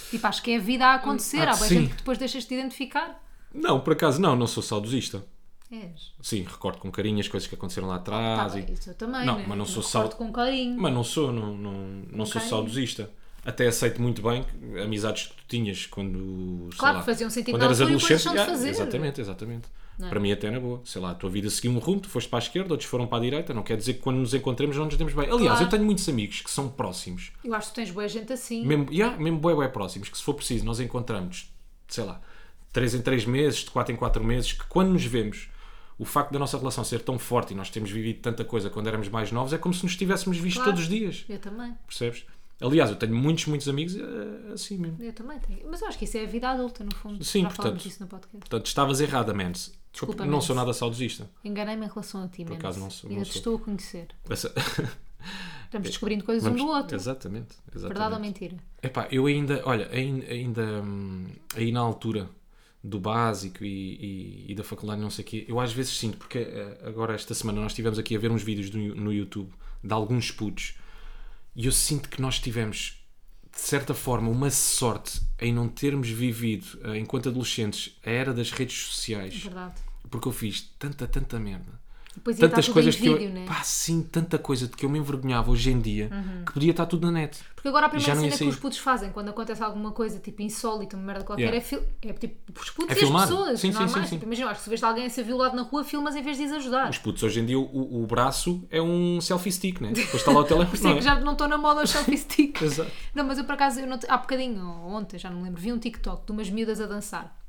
Speaker 1: Tipo, acho que é a vida a acontecer,
Speaker 2: Ah,
Speaker 1: há bué
Speaker 2: sim.
Speaker 1: gente que depois deixas-te de identificar.
Speaker 2: Não, por acaso não, não sou saudosista.
Speaker 1: És.
Speaker 2: Sim, recordo com carinho as coisas que aconteceram lá
Speaker 1: Tá
Speaker 2: atrás.
Speaker 1: bem,
Speaker 2: e...
Speaker 1: isso eu também,
Speaker 2: Não,
Speaker 1: né?
Speaker 2: mas não sou
Speaker 1: Recordo
Speaker 2: saud-
Speaker 1: com carinho.
Speaker 2: Mas não sou, não, não, não sou
Speaker 1: Ok.
Speaker 2: saudosista. Até aceito muito bem que- amizades que tu tinhas quando. sei
Speaker 1: Claro
Speaker 2: lá,
Speaker 1: que faziam sentido
Speaker 2: quando
Speaker 1: na
Speaker 2: eras
Speaker 1: altura e depois
Speaker 2: adolescente. Ah,
Speaker 1: deixaram de fazer.
Speaker 2: Exatamente, exatamente.
Speaker 1: Não é?
Speaker 2: Para mim, até na boa. Sei lá, a tua vida seguiu um rumo, tu foste para a esquerda, outros foram para a direita. Não quer dizer que quando nos encontremos não nos demos bem. Aliás,
Speaker 1: Claro.
Speaker 2: eu tenho muitos amigos que são próximos,
Speaker 1: Eu acho que tens boa gente assim.
Speaker 2: mesmo, yeah, mesmo bué, bué próximos, que se for preciso, nós encontramos, sei lá, 3 em 3 meses, de 4 em 4 meses, que quando nos vemos, o facto da nossa relação ser tão forte e nós termos vivido tanta coisa quando éramos mais novos, é como se nos tivéssemos visto
Speaker 1: Claro.
Speaker 2: todos os dias.
Speaker 1: Eu também.
Speaker 2: Percebes? Aliás, eu tenho muitos, muitos amigos eh, assim mesmo.
Speaker 1: Eu também tenho. Mas eu acho que isso é a vida adulta, no fundo.
Speaker 2: Sim,
Speaker 1: Já falámos
Speaker 2: portanto.
Speaker 1: disso no podcast.
Speaker 2: Portanto, estavas errada, Mendes. Desculpa,
Speaker 1: Desculpa,
Speaker 2: não sou
Speaker 1: Mendes.
Speaker 2: nada saudosista.
Speaker 1: Enganei-me em relação a ti, Por
Speaker 2: acaso não sou-
Speaker 1: Ainda
Speaker 2: não
Speaker 1: te
Speaker 2: sou.
Speaker 1: estou a conhecer.
Speaker 2: Essa-
Speaker 1: Estamos descobrindo coisas um do
Speaker 2: Vamos-
Speaker 1: outro.
Speaker 2: Exatamente. exatamente.
Speaker 1: Verdade ou mentira?
Speaker 2: Epá, eu ainda, olha, ainda, ainda hum, aí na altura do básico e, e- e da faculdade, não sei o quê, eu às vezes sinto, porque eh, agora esta semana nós estivemos aqui a ver uns vídeos do- no YouTube de alguns putos e eu sinto que nós tivemos, de certa forma, uma sorte em não termos vivido, eh, enquanto adolescentes, a era das redes sociais,
Speaker 1: Verdade.
Speaker 2: porque eu fiz tanta, tanta merda
Speaker 1: Depois ia estar
Speaker 2: tantas
Speaker 1: tá tudo
Speaker 2: coisas
Speaker 1: em
Speaker 2: que eu,
Speaker 1: vídeo, né? Uhum.
Speaker 2: pá, sim, tanta coisa de que eu me envergonhava hoje em dia que podia estar tudo na net.
Speaker 1: Porque agora a
Speaker 2: já
Speaker 1: primeira
Speaker 2: não ia
Speaker 1: cena que
Speaker 2: sair.
Speaker 1: os putos fazem quando acontece alguma coisa tipo insólita, uma merda qualquer,
Speaker 2: Yeah.
Speaker 1: é, fil... é tipo os putos
Speaker 2: É
Speaker 1: e
Speaker 2: filmar.
Speaker 1: as pessoas.
Speaker 2: Sim, sim,
Speaker 1: normais.
Speaker 2: sim, sim.
Speaker 1: Tipo, imagina, acho que se vês alguém a ser violado na rua, filmas em vez de os ajudar.
Speaker 2: Os putos hoje em dia o, o braço é um selfie stick, né? Depois está lá o telefone.
Speaker 1: Por isso é
Speaker 2: não
Speaker 1: que
Speaker 2: é?
Speaker 1: já não estou na moda os selfie sticks.
Speaker 2: Exato.
Speaker 1: Não, mas eu por acaso, eu não te- há bocadinho, ou ontem, já não me lembro, vi um TikTok de umas miúdas a dançar.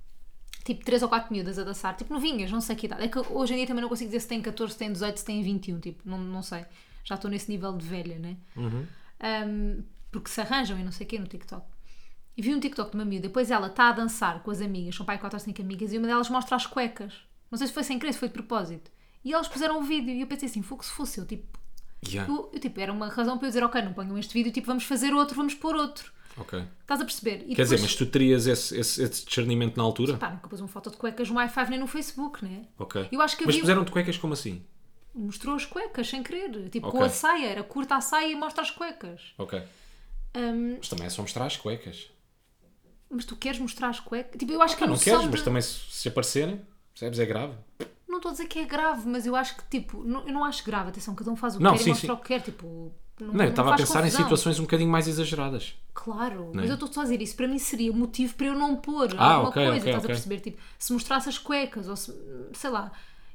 Speaker 1: Tipo, 3 ou 4 miúdas a dançar, tipo novinhas, não sei que idade. É que hoje em dia também não consigo dizer se tem 14, se tem 18, se tem 21, tipo, não, não sei. Já estou nesse nível de velha, né? Ahm, porque se arranjam e não sei o quê no TikTok. E vi um TikTok de uma miúda, depois ela está a dançar com as amigas, são pai 4 ou 5 amigas, e uma delas mostra as cuecas. Não sei se foi sem querer, se foi de propósito. E elas puseram o vídeo e eu pensei assim, fogo, se fosse eu, tipo,
Speaker 2: Yeah.
Speaker 1: eu, eu, tipo, era uma razão para eu dizer, ok, não ponham este vídeo, tipo, vamos fazer outro, vamos pôr outro.
Speaker 2: Ok.
Speaker 1: Estás a perceber? E
Speaker 2: Quer
Speaker 1: depois-
Speaker 2: dizer, mas tu terias esse, esse- esse discernimento na altura?
Speaker 1: Pá, nunca pus uma foto de cuecas no i5 nem no Facebook, né?
Speaker 2: Ok.
Speaker 1: Eu acho que
Speaker 2: mas
Speaker 1: havia- um-
Speaker 2: puseram de cuecas como assim?
Speaker 1: Mostrou as cuecas sem querer. Tipo,
Speaker 2: Ok.
Speaker 1: com a saia, era curta a saia e mostra as cuecas.
Speaker 2: Ok.
Speaker 1: Hum,
Speaker 2: Mas também é só mostrar as cuecas.
Speaker 1: mas tu queres mostrar as cuecas? Tipo, eu acho que
Speaker 2: Ah,
Speaker 1: a
Speaker 2: não
Speaker 1: noção
Speaker 2: queres,
Speaker 1: de-
Speaker 2: mas também se, se aparecerem, percebes? É grave.
Speaker 1: Não estou a dizer que é grave, mas eu acho que, tipo, não, eu não acho grave. Atenção, cada um faz o que
Speaker 2: Não,
Speaker 1: quer
Speaker 2: sim,
Speaker 1: e mostra
Speaker 2: sim.
Speaker 1: o que quer. Tipo, não,
Speaker 2: Não, eu estava a
Speaker 1: faz
Speaker 2: pensar
Speaker 1: confusão.
Speaker 2: em situações um bocadinho mais exageradas.
Speaker 1: Claro,
Speaker 2: Não é?
Speaker 1: mas eu estou só a dizer isso. Para mim seria motivo para eu não pôr
Speaker 2: Ah,
Speaker 1: alguma
Speaker 2: ok, ok,
Speaker 1: coisa. estás
Speaker 2: ok.
Speaker 1: a perceber? Tipo, se mostrasse as cuecas ou se, sei lá.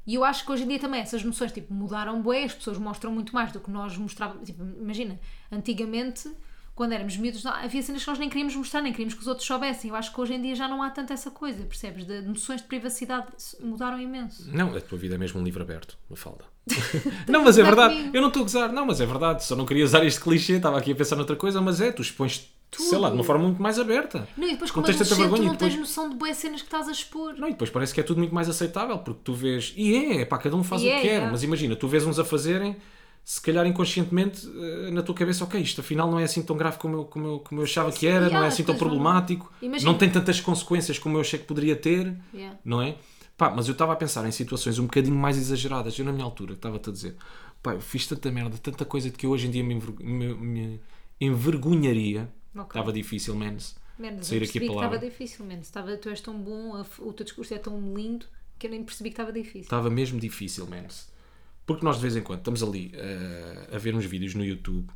Speaker 1: E eu acho que hoje em dia também essas noções tipo, mudaram bué, as pessoas mostram muito mais do que nós mostrávamos. Tipo, imagina, antigamente, quando éramos miúdos, não- havia cenas que nós nem queríamos mostrar, nem queríamos que os outros soubessem. Eu acho que hoje em dia já não há tanta essa coisa, percebes? De, noções de privacidade se- mudaram imenso.
Speaker 2: Não, a tua vida é mesmo um livro aberto, uma falda. não, mas é
Speaker 1: gozar
Speaker 2: verdade.
Speaker 1: comigo.
Speaker 2: Eu não estou a gozar, não, mas é verdade. Só não queria usar este clichê, estava aqui a pensar noutra coisa, mas é, tu expões, sei
Speaker 1: Tudo.
Speaker 2: lá, de uma forma muito mais aberta.
Speaker 1: Não, e depois como
Speaker 2: tens tanta
Speaker 1: adolescente tu
Speaker 2: vergonha,
Speaker 1: não
Speaker 2: e depois-
Speaker 1: tens noção de boas cenas que estás a expor.
Speaker 2: Não, e depois parece que é tudo muito mais aceitável, porque tu vês. E é, pá, cada um faz
Speaker 1: E
Speaker 2: o que
Speaker 1: é,
Speaker 2: quer,
Speaker 1: é.
Speaker 2: mas imagina, tu vês uns a fazerem, se calhar inconscientemente, eh, na tua cabeça, ok, isto afinal não é assim tão grave como eu, como eu, como eu achava que era,
Speaker 1: e
Speaker 2: não é
Speaker 1: há,
Speaker 2: assim tão
Speaker 1: depois não-
Speaker 2: problemático,
Speaker 1: Imagina.
Speaker 2: não tem tantas consequências como eu achei que poderia ter,
Speaker 1: Yeah.
Speaker 2: não é? Pá, mas eu estava a pensar em situações um bocadinho mais exageradas, eu na minha altura estava-te a dizer, pá, eu fiz tanta merda, tanta coisa de que eu hoje em dia me, envergo- me- me envergonharia,
Speaker 1: Ok.
Speaker 2: estava difícil, menos.
Speaker 1: Menos,
Speaker 2: Sair
Speaker 1: eu
Speaker 2: aqui a
Speaker 1: percebi que
Speaker 2: palavra.
Speaker 1: estava difícil, menos. Estava, tu és tão bom, a f- o teu discurso é tão lindo que eu nem percebi que estava difícil.
Speaker 2: Estava mesmo difícil, menos. Porque nós de vez em quando estamos ali eh, a ver uns vídeos no YouTube,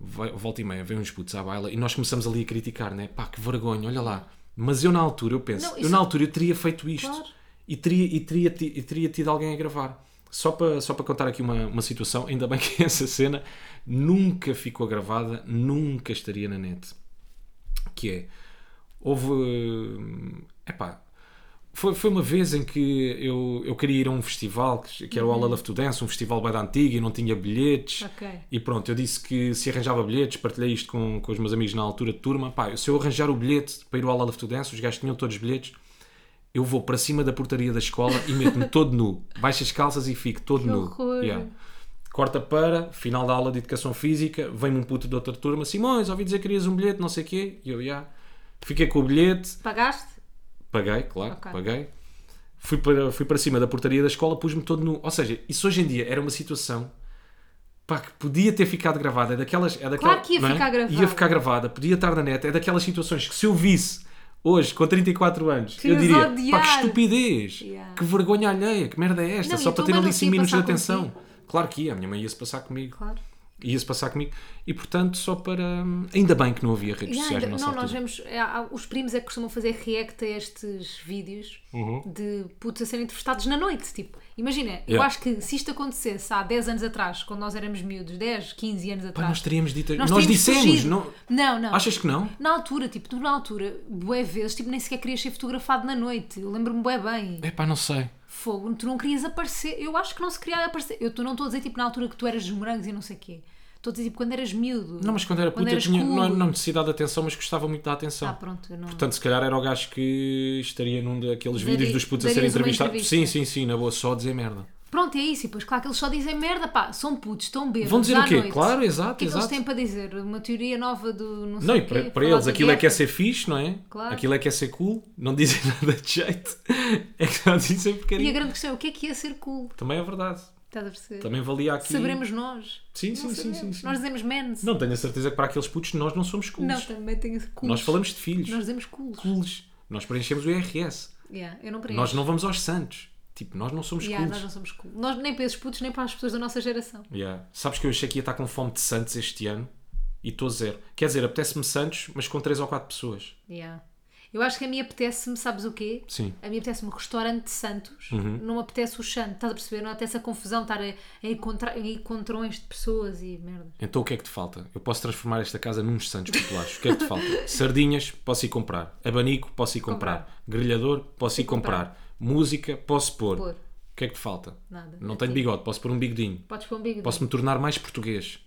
Speaker 2: vai- volta e meia, vem uns putos à baila e nós começamos ali a criticar, né? Pá, que vergonha, olha lá. Mas eu na altura, eu penso,
Speaker 1: Não,
Speaker 2: eu
Speaker 1: isso- é
Speaker 2: na altura eu teria feito isto
Speaker 1: Claro.
Speaker 2: e, teria, e, teria, ti- e teria tido alguém a gravar. Só para, só para contar aqui uma, uma situação, ainda bem que essa cena nunca ficou gravada, nunca estaria na net. Que é, houve. hum, Epá, foi, foi uma vez em que eu, eu queria ir a um festival, que que era o All I Love to Dance, um festival bem da antiga e não tinha bilhetes.
Speaker 1: Ok.
Speaker 2: E pronto, eu disse que se arranjava bilhetes, partilhei isto com, com os meus amigos na altura de turma. Pá, se eu arranjar o bilhete para ir ao All I Love to Dance, os gajos tinham todos os bilhetes, eu vou para cima da portaria da escola e meto-me todo nu. Baixo as calças e fico todo nu.
Speaker 1: horror.
Speaker 2: Corta para, final da aula de Educação Física, vem-me um puto de outra turma, Simões, ouvi dizer que querias um bilhete, não sei o quê. E eu, já. Fiquei com o bilhete,
Speaker 1: Pagaste?
Speaker 2: Paguei, claro,
Speaker 1: Ok.
Speaker 2: paguei. Fui para, fui para cima da portaria da escola, pus-me todo nu. Ou seja, isso hoje em dia era uma situação pá, que podia ter ficado gravada. É daquelas, é daquela,
Speaker 1: Claro que ia
Speaker 2: não é?
Speaker 1: ficar gravada.
Speaker 2: Ia ficar gravada, podia estar na net. É daquelas situações que se eu visse hoje, com 34 anos, eu
Speaker 1: Querias
Speaker 2: diria: pá,
Speaker 1: odiar."
Speaker 2: que estupidez,
Speaker 1: Yeah.
Speaker 2: que vergonha alheia, que merda é esta,
Speaker 1: Não, e
Speaker 2: só
Speaker 1: a
Speaker 2: para
Speaker 1: tua
Speaker 2: ter
Speaker 1: mãe
Speaker 2: ali
Speaker 1: não se
Speaker 2: 5
Speaker 1: ia
Speaker 2: minutos de
Speaker 1: passar
Speaker 2: atenção.
Speaker 1: contigo?
Speaker 2: Claro que ia, a minha mãe ia-se passar comigo.
Speaker 1: Claro.
Speaker 2: Ia-se passar comigo. E portanto, só para. Ainda bem que não havia redes
Speaker 1: Já,
Speaker 2: sociais
Speaker 1: ainda-
Speaker 2: na nossa
Speaker 1: não, nós
Speaker 2: altura.
Speaker 1: vemos. há- há- os primos é que costumam fazer react a estes vídeos de putos a serem entrevistados na noite. Tipo, imagina, eu
Speaker 2: Uhum. Yeah.
Speaker 1: acho que se isto acontecesse há 10 anos atrás, quando nós éramos miúdos, 10, 15 anos
Speaker 2: Pá,
Speaker 1: atrás.
Speaker 2: nós teríamos dito. Nós,
Speaker 1: teríamos
Speaker 2: dissemos,
Speaker 1: fugido.
Speaker 2: não.
Speaker 1: Não, não.
Speaker 2: Achas que não?
Speaker 1: Na altura, tipo, tu na altura, bué vezes, tipo, nem sequer querias ser fotografado na noite. Eu lembro-me bué bem.
Speaker 2: É pá, não sei.
Speaker 1: Fogo, tu não querias aparecer. Eu acho que não se queria aparecer. Eu tu não estou a dizer tipo na altura que tu eras dos morangos e não sei o quê. Estou a dizer tipo quando eras miúdo.
Speaker 2: Não, mas quando era puta eu
Speaker 1: eras
Speaker 2: tinha
Speaker 1: cool.
Speaker 2: não, não necessidade de atenção, mas gostava muito da atenção.
Speaker 1: Ah, pronto, eu não.
Speaker 2: Portanto, se calhar era o gajo que estaria num daqueles
Speaker 1: Daria-
Speaker 2: vídeos dos putos a ser
Speaker 1: darias uma
Speaker 2: entrevistado.
Speaker 1: entrevista.
Speaker 2: Sim, sim, sim, na boa, só a dizer merda.
Speaker 1: Pronto, é isso. E depois, claro que eles só dizem merda, pá, são putos, estão bêbados.
Speaker 2: Vão dizer o
Speaker 1: à
Speaker 2: quê?
Speaker 1: noite.
Speaker 2: Claro,
Speaker 1: O
Speaker 2: exato,
Speaker 1: que é que eles
Speaker 2: exato.
Speaker 1: têm para dizer? Uma teoria nova do. Não, sei
Speaker 2: Não, e
Speaker 1: o quê?
Speaker 2: para, para
Speaker 1: Falar
Speaker 2: eles
Speaker 1: de
Speaker 2: aquilo é que é
Speaker 1: guerra.
Speaker 2: ser fixe, não é?
Speaker 1: Claro.
Speaker 2: Aquilo é que é ser cool, não dizem nada de jeito, é que só dizem
Speaker 1: E
Speaker 2: porcaria.
Speaker 1: a grande questão é o que é que ia ser cool?
Speaker 2: Também é verdade,
Speaker 1: Estás a perceber?
Speaker 2: também valia aqui.
Speaker 1: Saberemos nós.
Speaker 2: Sim,
Speaker 1: Não
Speaker 2: sim, sim, sim,
Speaker 1: sabemos.
Speaker 2: sim.
Speaker 1: Nós dizemos menos.
Speaker 2: Não tenho a certeza que para aqueles putos nós não somos cools.
Speaker 1: Não, também tem cools.
Speaker 2: Nós falamos de filhos,
Speaker 1: Nós dizemos cools.
Speaker 2: cools. Nós preenchemos o IRS,
Speaker 1: Yeah, eu não queria.
Speaker 2: nós não vamos aos santos. Tipo, nós não somos
Speaker 1: Yeah,
Speaker 2: cools.
Speaker 1: nós não somos cool. Nós nem para esses putos, nem para as pessoas da nossa geração.
Speaker 2: Yeah. Sabes que eu achei que ia estar com fome de Santos este ano e estou zero. Quer dizer, apetece-me Santos, mas com 3 ou 4 pessoas.
Speaker 1: Yeah. Eu acho que a mim apetece-me, sabes o quê?
Speaker 2: Sim.
Speaker 1: A mim apetece-me um restaurante de Santos,
Speaker 2: Uhum.
Speaker 1: não me apetece o Santos, estás a perceber? Não apetece a confusão, estar a, a encontrar a encontrões de pessoas e merda.
Speaker 2: Então o que é que te falta? Eu posso transformar esta casa num Santos populares. O que é que te falta? Sardinhas, posso ir comprar. Abanico, posso ir comprar. Grelhador, posso ir comprar. Música, posso pôr.
Speaker 1: Pôr.
Speaker 2: O que é que te falta?
Speaker 1: Nada.
Speaker 2: Não
Speaker 1: A
Speaker 2: tenho
Speaker 1: ti.
Speaker 2: bigode, posso pôr um bigodinho.
Speaker 1: Podes pôr um bigode.
Speaker 2: Posso-me tornar mais português.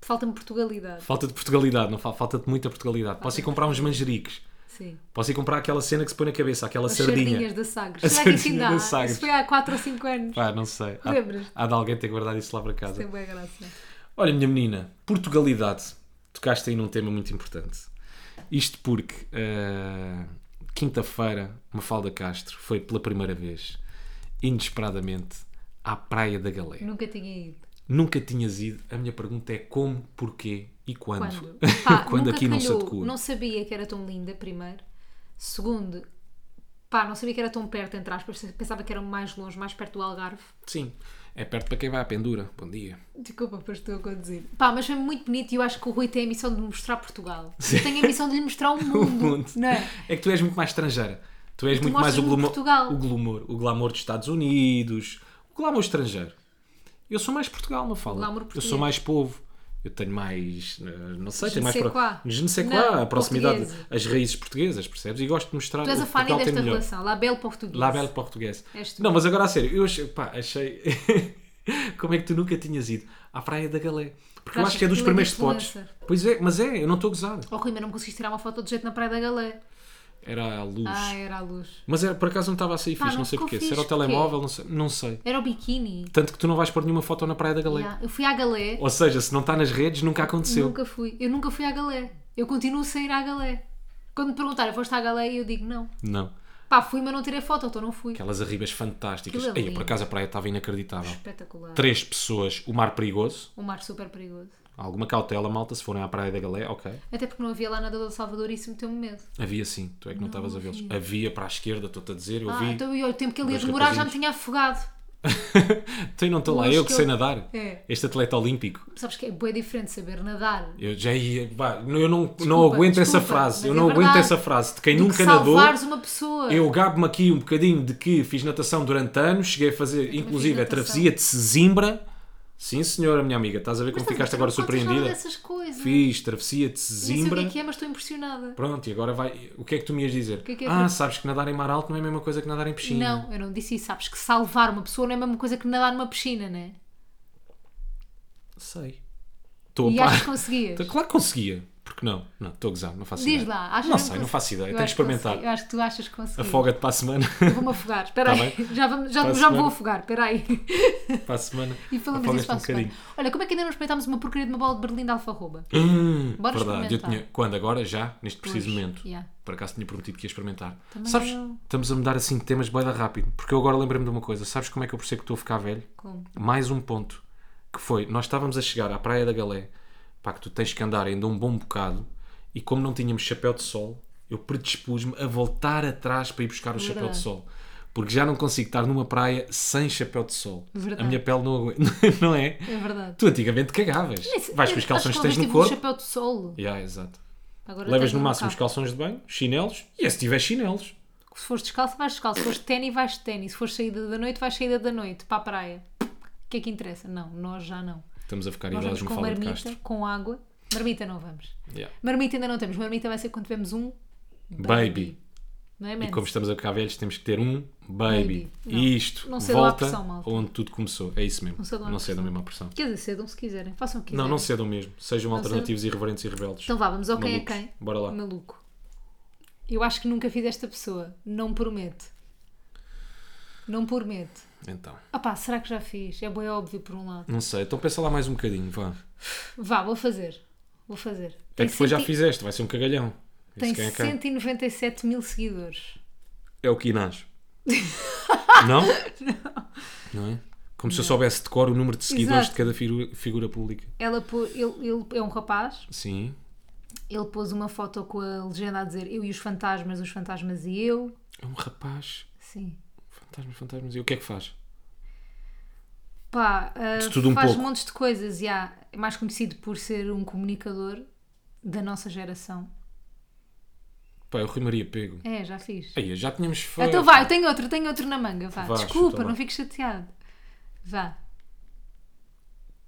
Speaker 1: Falta-me Portugalidade.
Speaker 2: Falta de Portugalidade, não fa- falta de muita Portugalidade. Posso ir comprar uns manjericos.
Speaker 1: Sim.
Speaker 2: Posso ir comprar aquela cena que se põe na cabeça, aquela
Speaker 1: As sardinhas
Speaker 2: sardinha.
Speaker 1: da Sagres.
Speaker 2: A
Speaker 1: Será que isso
Speaker 2: sardinha
Speaker 1: ainda há?
Speaker 2: da Sagres.
Speaker 1: Isso foi há 4 ou 5 anos.
Speaker 2: Pá, Ah, não sei. Há,
Speaker 1: Lembras?
Speaker 2: há de alguém ter guardado isso lá para casa.
Speaker 1: Tem boa graça.
Speaker 2: Olha, minha menina, Portugalidade. Tocaste aí num tema muito importante. Isto porque eh, quinta-feira, Mafalda Castro foi pela primeira vez, inesperadamente, à Praia da Galé.
Speaker 1: Nunca tinha ido.
Speaker 2: Nunca tinhas ido. A minha pergunta é como, porquê e quando.
Speaker 1: Quando? Pá,
Speaker 2: Quando
Speaker 1: nunca
Speaker 2: aqui não se
Speaker 1: calhou.
Speaker 2: adequa.
Speaker 1: Não sabia que era tão linda, primeiro. Segundo, pá, não sabia que era tão perto, entre aspas. Pensava que era mais longe, mais perto do Algarve.
Speaker 2: Sim, é perto para quem vai à pendura. Bom dia.
Speaker 1: Desculpa, pois estou a conduzir. Pá, mas foi muito bonito e eu acho que o Rui tem a missão de me mostrar Portugal. Eu tenho a missão de lhe mostrar o mundo.
Speaker 2: mundo.
Speaker 1: Não é?
Speaker 2: É que tu és muito mais estrangeira. Tu és
Speaker 1: Tu
Speaker 2: muito mais o
Speaker 1: mostras-me
Speaker 2: glamour,
Speaker 1: Portugal.
Speaker 2: o glamour, o glamour dos Estados Unidos, o glamour estrangeiro. Eu sou mais Portugal, não fala.
Speaker 1: Glamour
Speaker 2: Eu
Speaker 1: português.
Speaker 2: sou mais povo. Eu tenho mais, eh, não sei,
Speaker 1: Je
Speaker 2: tenho
Speaker 1: ne
Speaker 2: mais
Speaker 1: sais quoi.
Speaker 2: Je ne sais
Speaker 1: Não,
Speaker 2: quoi, a proximidade,
Speaker 1: portuguesa.
Speaker 2: as raízes portuguesas, percebes? E gosto de mostrar
Speaker 1: Tu és
Speaker 2: o
Speaker 1: a
Speaker 2: que
Speaker 1: fana
Speaker 2: Portugal tem
Speaker 1: desta
Speaker 2: melhor.
Speaker 1: relação. Label português.
Speaker 2: Label português.
Speaker 1: És tu.
Speaker 2: Não, mas agora a sério, eu achei, pá, achei. Como é que tu nunca tinhas ido à Praia da Galé? Porque eu
Speaker 1: Achas
Speaker 2: acho que é
Speaker 1: que
Speaker 2: dos
Speaker 1: aquilo é
Speaker 2: primeiros spots.
Speaker 1: influencer?
Speaker 2: Pois é, mas é, eu não estou a gozar.
Speaker 1: Oh, Rui, mas não me conseguiste tirar uma foto de jeito na Praia da Galé.
Speaker 2: Era a luz.
Speaker 1: Ah, era a luz.
Speaker 2: Mas era, por acaso não estava a sair
Speaker 1: Pá,
Speaker 2: fixe,
Speaker 1: Ah, não
Speaker 2: não sei
Speaker 1: ficou
Speaker 2: porquê.
Speaker 1: fixe,
Speaker 2: Se era o
Speaker 1: porquê?
Speaker 2: telemóvel, não sei. não sei.
Speaker 1: Era o biquíni.
Speaker 2: Tanto que tu não vais pôr nenhuma foto na Praia da Galé.
Speaker 1: Ya, Eu fui à Galé.
Speaker 2: Ou seja, se não está nas redes, nunca aconteceu.
Speaker 1: Nunca fui. Eu nunca fui à Galé. Eu continuo sem ir à Galé. Quando me perguntarem, foste à Galé? Eu digo não.
Speaker 2: Não.
Speaker 1: Pá, fui, mas não tirei foto, então não fui.
Speaker 2: Aquelas arribas fantásticas.
Speaker 1: Aquilo é
Speaker 2: Ei,
Speaker 1: lindo.
Speaker 2: por acaso a praia estava inacreditável.
Speaker 1: Espetacular.
Speaker 2: Três pessoas, o mar perigoso.
Speaker 1: Um mar super perigoso.
Speaker 2: Alguma cautela, malta, se forem à Praia da Galé, ok.
Speaker 1: Até porque não havia lá nada do Salvador e isso meteu-me medo.
Speaker 2: Havia sim, tu é que não estavas a vê-los. Havia para a esquerda, estou-te a dizer, eu
Speaker 1: Ah,
Speaker 2: vi.
Speaker 1: então e olha, o tempo que ele ia
Speaker 2: Dois
Speaker 1: demorar já me
Speaker 2: rapazinhos.
Speaker 1: tinha afogado.
Speaker 2: Tu Então não estou lá,
Speaker 1: Mas
Speaker 2: eu que
Speaker 1: que
Speaker 2: sei
Speaker 1: eu-
Speaker 2: nadar.
Speaker 1: É.
Speaker 2: Este atleta olímpico.
Speaker 1: Sabes que é bem diferente saber nadar.
Speaker 2: Eu já ia. vá, eu não, não aguento essa
Speaker 1: desculpa,
Speaker 2: frase. Eu
Speaker 1: mas é
Speaker 2: não aguento
Speaker 1: verdade.
Speaker 2: essa frase de quem
Speaker 1: Do
Speaker 2: nunca
Speaker 1: que
Speaker 2: nadou.
Speaker 1: salvares uma pessoa.
Speaker 2: Eu gabo-me aqui um bocadinho de que fiz natação durante anos, cheguei a fazer, inclusive, a
Speaker 1: natação.
Speaker 2: travessia de Sesimbra. Sim, senhora, minha amiga, estás a ver como
Speaker 1: Estás a
Speaker 2: ficaste
Speaker 1: ver,
Speaker 2: agora
Speaker 1: não contas nada
Speaker 2: surpreendida?
Speaker 1: Dessas coisas.
Speaker 2: Fiz travessia de
Speaker 1: Nem sei o que
Speaker 2: Sesimbra.
Speaker 1: é que é, mas estou impressionada.
Speaker 2: Pronto, e agora vai. O que é que tu me ias dizer?
Speaker 1: que é que é
Speaker 2: ah,
Speaker 1: tra-
Speaker 2: sabes que nadar em mar alto não é a mesma coisa que nadar em piscina.
Speaker 1: Não, eu não disse isso. Sabes que salvar uma pessoa não é a mesma coisa que nadar numa piscina, né?
Speaker 2: Sei. Estou a
Speaker 1: E
Speaker 2: par.
Speaker 1: achas que conseguias?
Speaker 2: Então, Claro que conseguia. Porque não? Não, estou a gozar, não faço
Speaker 1: Diz
Speaker 2: ideia.
Speaker 1: lá, achas
Speaker 2: Não
Speaker 1: que
Speaker 2: sei,
Speaker 1: consegui-
Speaker 2: não faço ideia.
Speaker 1: Eu
Speaker 2: Tenho que
Speaker 1: acho consegui.
Speaker 2: experimentar.
Speaker 1: Eu acho que tu achas que consegui.
Speaker 2: Afoga-te para a semana.
Speaker 1: Eu Vou-me afogar, espera
Speaker 2: Tá
Speaker 1: aí.
Speaker 2: bem.
Speaker 1: Já, vamos,
Speaker 2: Para
Speaker 1: já,
Speaker 2: a
Speaker 1: já me
Speaker 2: semana.
Speaker 1: vou afogar, espera aí.
Speaker 2: para a semana.
Speaker 1: E falamos
Speaker 2: afogas-te
Speaker 1: disso para a
Speaker 2: um
Speaker 1: semana.
Speaker 2: bocadinho.
Speaker 1: Olha, como é que ainda não experimentámos uma porcaria de uma bola de berlim de alfarroba?
Speaker 2: Hum,
Speaker 1: Bora
Speaker 2: verdade, eu
Speaker 1: experimentar.
Speaker 2: tinha, quando agora, já, neste preciso
Speaker 1: Hoje,
Speaker 2: momento,
Speaker 1: yeah.
Speaker 2: por acaso tinha prometido que ia experimentar.
Speaker 1: Também
Speaker 2: Sabes,
Speaker 1: eu.
Speaker 2: estamos a mudar assim de temas boeda rápido, porque eu agora lembrei-me de uma coisa, sabes como é que eu percebo que estou a ficar velho?
Speaker 1: Como?
Speaker 2: Mais um ponto, que foi, nós estávamos a chegar à Praia da Galé, pá, que tu tens que andar ainda um bom bocado, e como não tínhamos chapéu de sol, eu predispus-me a voltar atrás para ir buscar o chapéu de
Speaker 1: Verdade.
Speaker 2: sol. Porque já não consigo estar numa praia sem chapéu de sol.
Speaker 1: Verdade.
Speaker 2: A minha pele não aguenta, não é?
Speaker 1: É verdade.
Speaker 2: Tu antigamente cagavas. Vais com os calções que tens no
Speaker 1: um
Speaker 2: corpo.
Speaker 1: chapéu de sol.
Speaker 2: Yeah, exato.
Speaker 1: Agora
Speaker 2: Levas no
Speaker 1: tenho um
Speaker 2: máximo os
Speaker 1: bocado.
Speaker 2: calções de banho, chinelos, e é se tiver chinelos.
Speaker 1: Se fores descalço, vais descalço. Se fores de ténis, vais de ténis. Se fores saída da noite, vais saída da noite. Para a praia. O que é que interessa? Não, nós já não.
Speaker 2: Estamos a ficar
Speaker 1: Nós vamos
Speaker 2: idosos no
Speaker 1: com
Speaker 2: Fala um de
Speaker 1: marmita,
Speaker 2: Castro.
Speaker 1: com água. Marmita não vamos.
Speaker 2: Yeah.
Speaker 1: Marmita ainda não temos. Marmita vai ser quando tivermos um.
Speaker 2: Baby.
Speaker 1: Não é
Speaker 2: E
Speaker 1: mesmo?
Speaker 2: como estamos a ficar velhos, temos que ter um baby.
Speaker 1: Baby. Não.
Speaker 2: E isto
Speaker 1: Não cedam à
Speaker 2: volta
Speaker 1: pressão, malta.
Speaker 2: onde tudo começou. É isso mesmo.
Speaker 1: Não cedam à
Speaker 2: Não cedam mesmo à pressão.
Speaker 1: Quer dizer, cedam se quiserem. Façam o que quiserem.
Speaker 2: Não, não cedam mesmo. Sejam
Speaker 1: cedam.
Speaker 2: alternativos, irreverentes e rebeldes.
Speaker 1: Então vá, vamos ao quem é
Speaker 2: Malucos.
Speaker 1: quem.
Speaker 2: Bora lá.
Speaker 1: Maluco. Eu acho que nunca fiz esta pessoa. Não prometo. Não prometo.
Speaker 2: Então.
Speaker 1: Ah pá, será que já fiz? É bem óbvio por um lado.
Speaker 2: Não sei. Então pensa lá mais um bocadinho, vá.
Speaker 1: Vá, vou fazer. Vou fazer.
Speaker 2: É que depois já
Speaker 1: centi-
Speaker 2: fizeste, vai ser um cagalhão. Esse
Speaker 1: Tem
Speaker 2: quem é quem.
Speaker 1: 197 mil seguidores.
Speaker 2: É o Quinás. não? Não. é? Como se eu soubesse de cor o número de seguidores
Speaker 1: Exato.
Speaker 2: de cada firu- figura pública.
Speaker 1: Ela pô- ele, ele é um rapaz.
Speaker 2: Sim.
Speaker 1: Ele pôs uma foto com a legenda a dizer eu e os fantasmas, os fantasmas e eu.
Speaker 2: É um rapaz.
Speaker 1: Sim.
Speaker 2: Fantasmas, fantasmas. E o que é que faz?
Speaker 1: Pá, ah,
Speaker 2: De tudo um
Speaker 1: faz
Speaker 2: pouco.
Speaker 1: montes de coisas. e há- É mais conhecido por ser um comunicador da nossa geração.
Speaker 2: Pá, é o Rui Maria Pego.
Speaker 1: É, já fiz.
Speaker 2: Aí, já tínhamos feito.
Speaker 1: Então vai, eu tenho outro, tenho outro na manga, vá.
Speaker 2: Vá,
Speaker 1: Desculpa,
Speaker 2: chuta lá.
Speaker 1: não fico chateado. Vá.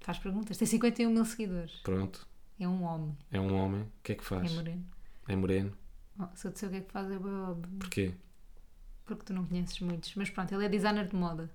Speaker 1: Faz perguntas. Tem 51 mil seguidores.
Speaker 2: Pronto.
Speaker 1: É um homem.
Speaker 2: É um homem. O que é que
Speaker 1: É
Speaker 2: faz?
Speaker 1: moreno.
Speaker 2: É moreno.
Speaker 1: Oh, se eu disser o que é que faz é bem óbvio,
Speaker 2: Porquê?
Speaker 1: porque tu não conheces muitos. Mas pronto, ele é designer de moda.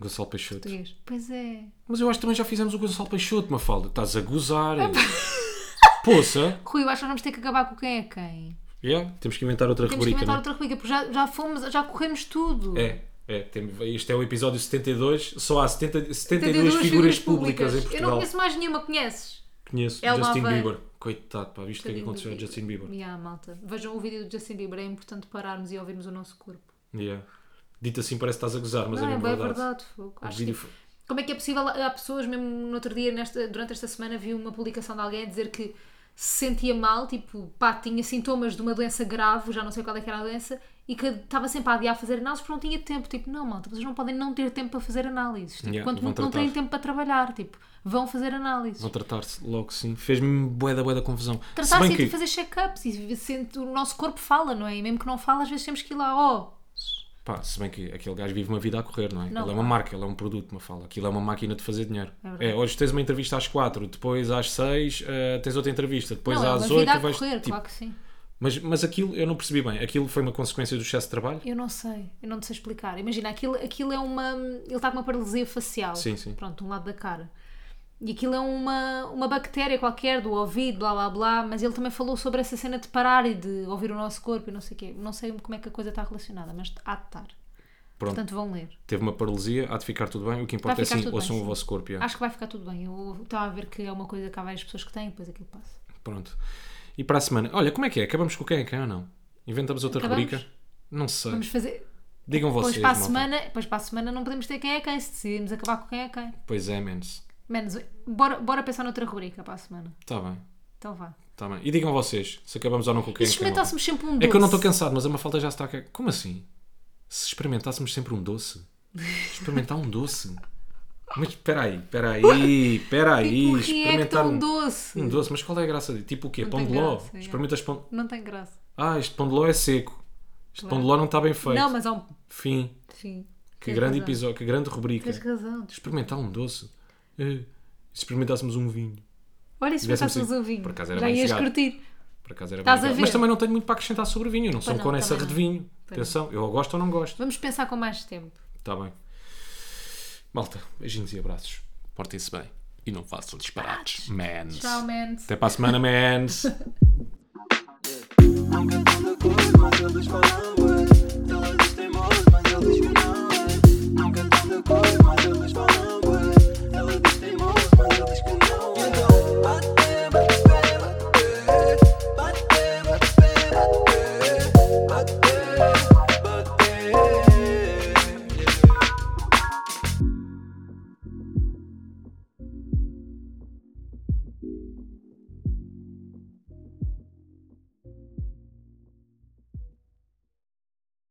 Speaker 2: Gonçalo Peixoto.
Speaker 1: Português. Pois é.
Speaker 2: Mas eu acho que também já fizemos o Gonçalo Peixoto, Mafalda. Estás a gozar.
Speaker 1: É
Speaker 2: Poça.
Speaker 1: Rui, eu acho que nós vamos ter que acabar com quem é quem.
Speaker 2: Yeah, Temos que inventar outra
Speaker 1: Temos que
Speaker 2: rubrica.
Speaker 1: inventar
Speaker 2: não?
Speaker 1: outra rubrica, porque já, já fomos, já corremos tudo.
Speaker 2: É, é. Tem, este é o episódio 72. Só há 70, 72,
Speaker 1: Tem
Speaker 2: figuras públicas, em
Speaker 1: Eu
Speaker 2: Portugal.
Speaker 1: não conheço mais nenhuma, conheces?
Speaker 2: Conheço
Speaker 1: Ela
Speaker 2: Justin
Speaker 1: vai-
Speaker 2: Bieber. Coitado, pá, viste o que é que
Speaker 1: Tadinho do
Speaker 2: aconteceu a Justin Bieber?
Speaker 1: Yeah, malta. Vejam o vídeo do Justin Bieber, é importante pararmos e ouvirmos o nosso corpo.
Speaker 2: Yeah. Dito assim, parece que estás a gozar, mas
Speaker 1: não,
Speaker 2: é
Speaker 1: é
Speaker 2: mesmo
Speaker 1: bem
Speaker 2: verdade.
Speaker 1: verdade, fogo.
Speaker 2: O
Speaker 1: Acho
Speaker 2: vídeo
Speaker 1: que-
Speaker 2: foi-
Speaker 1: Como é que é possível? Há pessoas, mesmo no outro dia, nesta, durante esta semana, vi uma publicação de alguém a dizer que se sentia mal, tipo, pá, tinha sintomas de uma doença grave, já não sei qual é que era a doença, e que estava sempre a adiar fazer análises porque não tinha tempo. Tipo, não, malta, vocês não podem não ter tempo para fazer análises. Tipo,
Speaker 2: Yeah,
Speaker 1: quanto
Speaker 2: vão
Speaker 1: muito não
Speaker 2: tratar.
Speaker 1: têm tempo para trabalhar, tipo, vão fazer análises.
Speaker 2: Vão tratar-se logo, sim. Fez-me bué da bué da confusão. Se
Speaker 1: Tratar-se
Speaker 2: bem
Speaker 1: e
Speaker 2: que...
Speaker 1: de fazer check-ups, e sente- o nosso corpo fala, não é? E mesmo que não fala, às vezes temos que ir lá, "Oh, ó,
Speaker 2: Pá, se bem que aquele gajo vive uma vida a correr, não é?
Speaker 1: Não.
Speaker 2: Ele é uma marca, ele é um produto, uma fala. Aquilo é uma máquina de fazer dinheiro.
Speaker 1: verdade.
Speaker 2: É, hoje tens uma entrevista às 4, depois às 6 eh, tens outra entrevista, depois
Speaker 1: não, é
Speaker 2: às
Speaker 1: uma
Speaker 2: 8
Speaker 1: vida a
Speaker 2: vais.
Speaker 1: correr,
Speaker 2: tipo,
Speaker 1: claro que sim.
Speaker 2: mas, mas aquilo, eu não percebi bem, aquilo foi uma consequência do excesso de trabalho?
Speaker 1: Eu não sei, eu não te sei explicar. Imagina, aquilo, aquilo é uma. Ele está com uma paralisia facial.
Speaker 2: Sim, sim.
Speaker 1: Pronto, de um lado da cara. E aquilo é uma, uma bactéria qualquer do ouvido, blá blá blá. Mas ele também falou sobre essa cena de parar e de ouvir o nosso corpo e não sei o quê. Não sei como é que a coisa está relacionada, mas há de estar.
Speaker 2: Pronto,
Speaker 1: Portanto, vão ler.
Speaker 2: teve uma paralisia, há de ficar tudo bem. O que importa é
Speaker 1: ficar
Speaker 2: sim,
Speaker 1: tudo bem,
Speaker 2: ouçam o
Speaker 1: sim.
Speaker 2: vosso corpo. yeah.
Speaker 1: Acho que vai ficar tudo bem. Eu estava a ver que é uma coisa que há várias pessoas que têm e depois aquilo passa.
Speaker 2: Pronto. E para a semana, olha, como é que é? Acabamos com quem é quem ou não? Inventamos outra
Speaker 1: Acabamos?
Speaker 2: rubrica? Não sei.
Speaker 1: Vamos fazer.
Speaker 2: Digam vocês.
Speaker 1: Depois para, a
Speaker 2: malta.
Speaker 1: semana, depois para a semana não podemos ter quem é quem, se decidirmos acabar com quem é quem.
Speaker 2: Pois é, menos.
Speaker 1: Menos. Bora, bora pensar noutra rubrica para a semana.
Speaker 2: Está bem.
Speaker 1: Então vá.
Speaker 2: Tá bem. E digam vocês se acabamos ou não com quem
Speaker 1: E
Speaker 2: é
Speaker 1: se
Speaker 2: quem. malta.
Speaker 1: experimentássemos sempre um doce?
Speaker 2: É que eu não estou cansado, mas a Mafalda já está. a ca- Como assim? Se experimentássemos sempre um doce? Experimentar um doce? Mas espera aí, espera aí, espera aí.
Speaker 1: Tipo, quem é que está
Speaker 2: Experimentar
Speaker 1: um
Speaker 2: um,
Speaker 1: doce?
Speaker 2: um doce, mas qual é a graça disso? Tipo o quê?
Speaker 1: Não
Speaker 2: Pão
Speaker 1: tem
Speaker 2: de ló?
Speaker 1: graça, é.
Speaker 2: Experimentas pão.
Speaker 1: Não tem graça.
Speaker 2: Ah, este pão de ló é seco. Este
Speaker 1: Claro.
Speaker 2: pão de ló não está bem feito.
Speaker 1: Não, mas há um.
Speaker 2: Fim.
Speaker 1: Sim.
Speaker 2: Que
Speaker 1: Tens
Speaker 2: grande
Speaker 1: razão.
Speaker 2: episódio, que grande rubrica.
Speaker 1: Tens razão.
Speaker 2: Experimentar um doce. Eh, Se experimentássemos um vinho.
Speaker 1: Olha, se
Speaker 2: Tivesse-me
Speaker 1: pensasse nos
Speaker 2: sido-
Speaker 1: ovinhos.
Speaker 2: Por acaso era
Speaker 1: Já
Speaker 2: bem
Speaker 1: ias
Speaker 2: chegado.
Speaker 1: curtir.
Speaker 2: Por acaso era bem
Speaker 1: Estás a
Speaker 2: legal.
Speaker 1: ver?
Speaker 2: Mas também não tenho muito para acrescentar sobre vinho. Eu não sou
Speaker 1: não,
Speaker 2: conessa
Speaker 1: também
Speaker 2: de
Speaker 1: não.
Speaker 2: vinho.
Speaker 1: Pois
Speaker 2: Atenção, eu gosto ou não gosto.
Speaker 1: Vamos pensar com mais tempo.
Speaker 2: Está bem. Malta, beijinhos e abraços. Portem-se bem. E não façam disparates. Mans.
Speaker 1: Tchau, mans.
Speaker 2: Até para a semana, mans.
Speaker 3: Nunca tanta coisa, mas eles falavam. uh,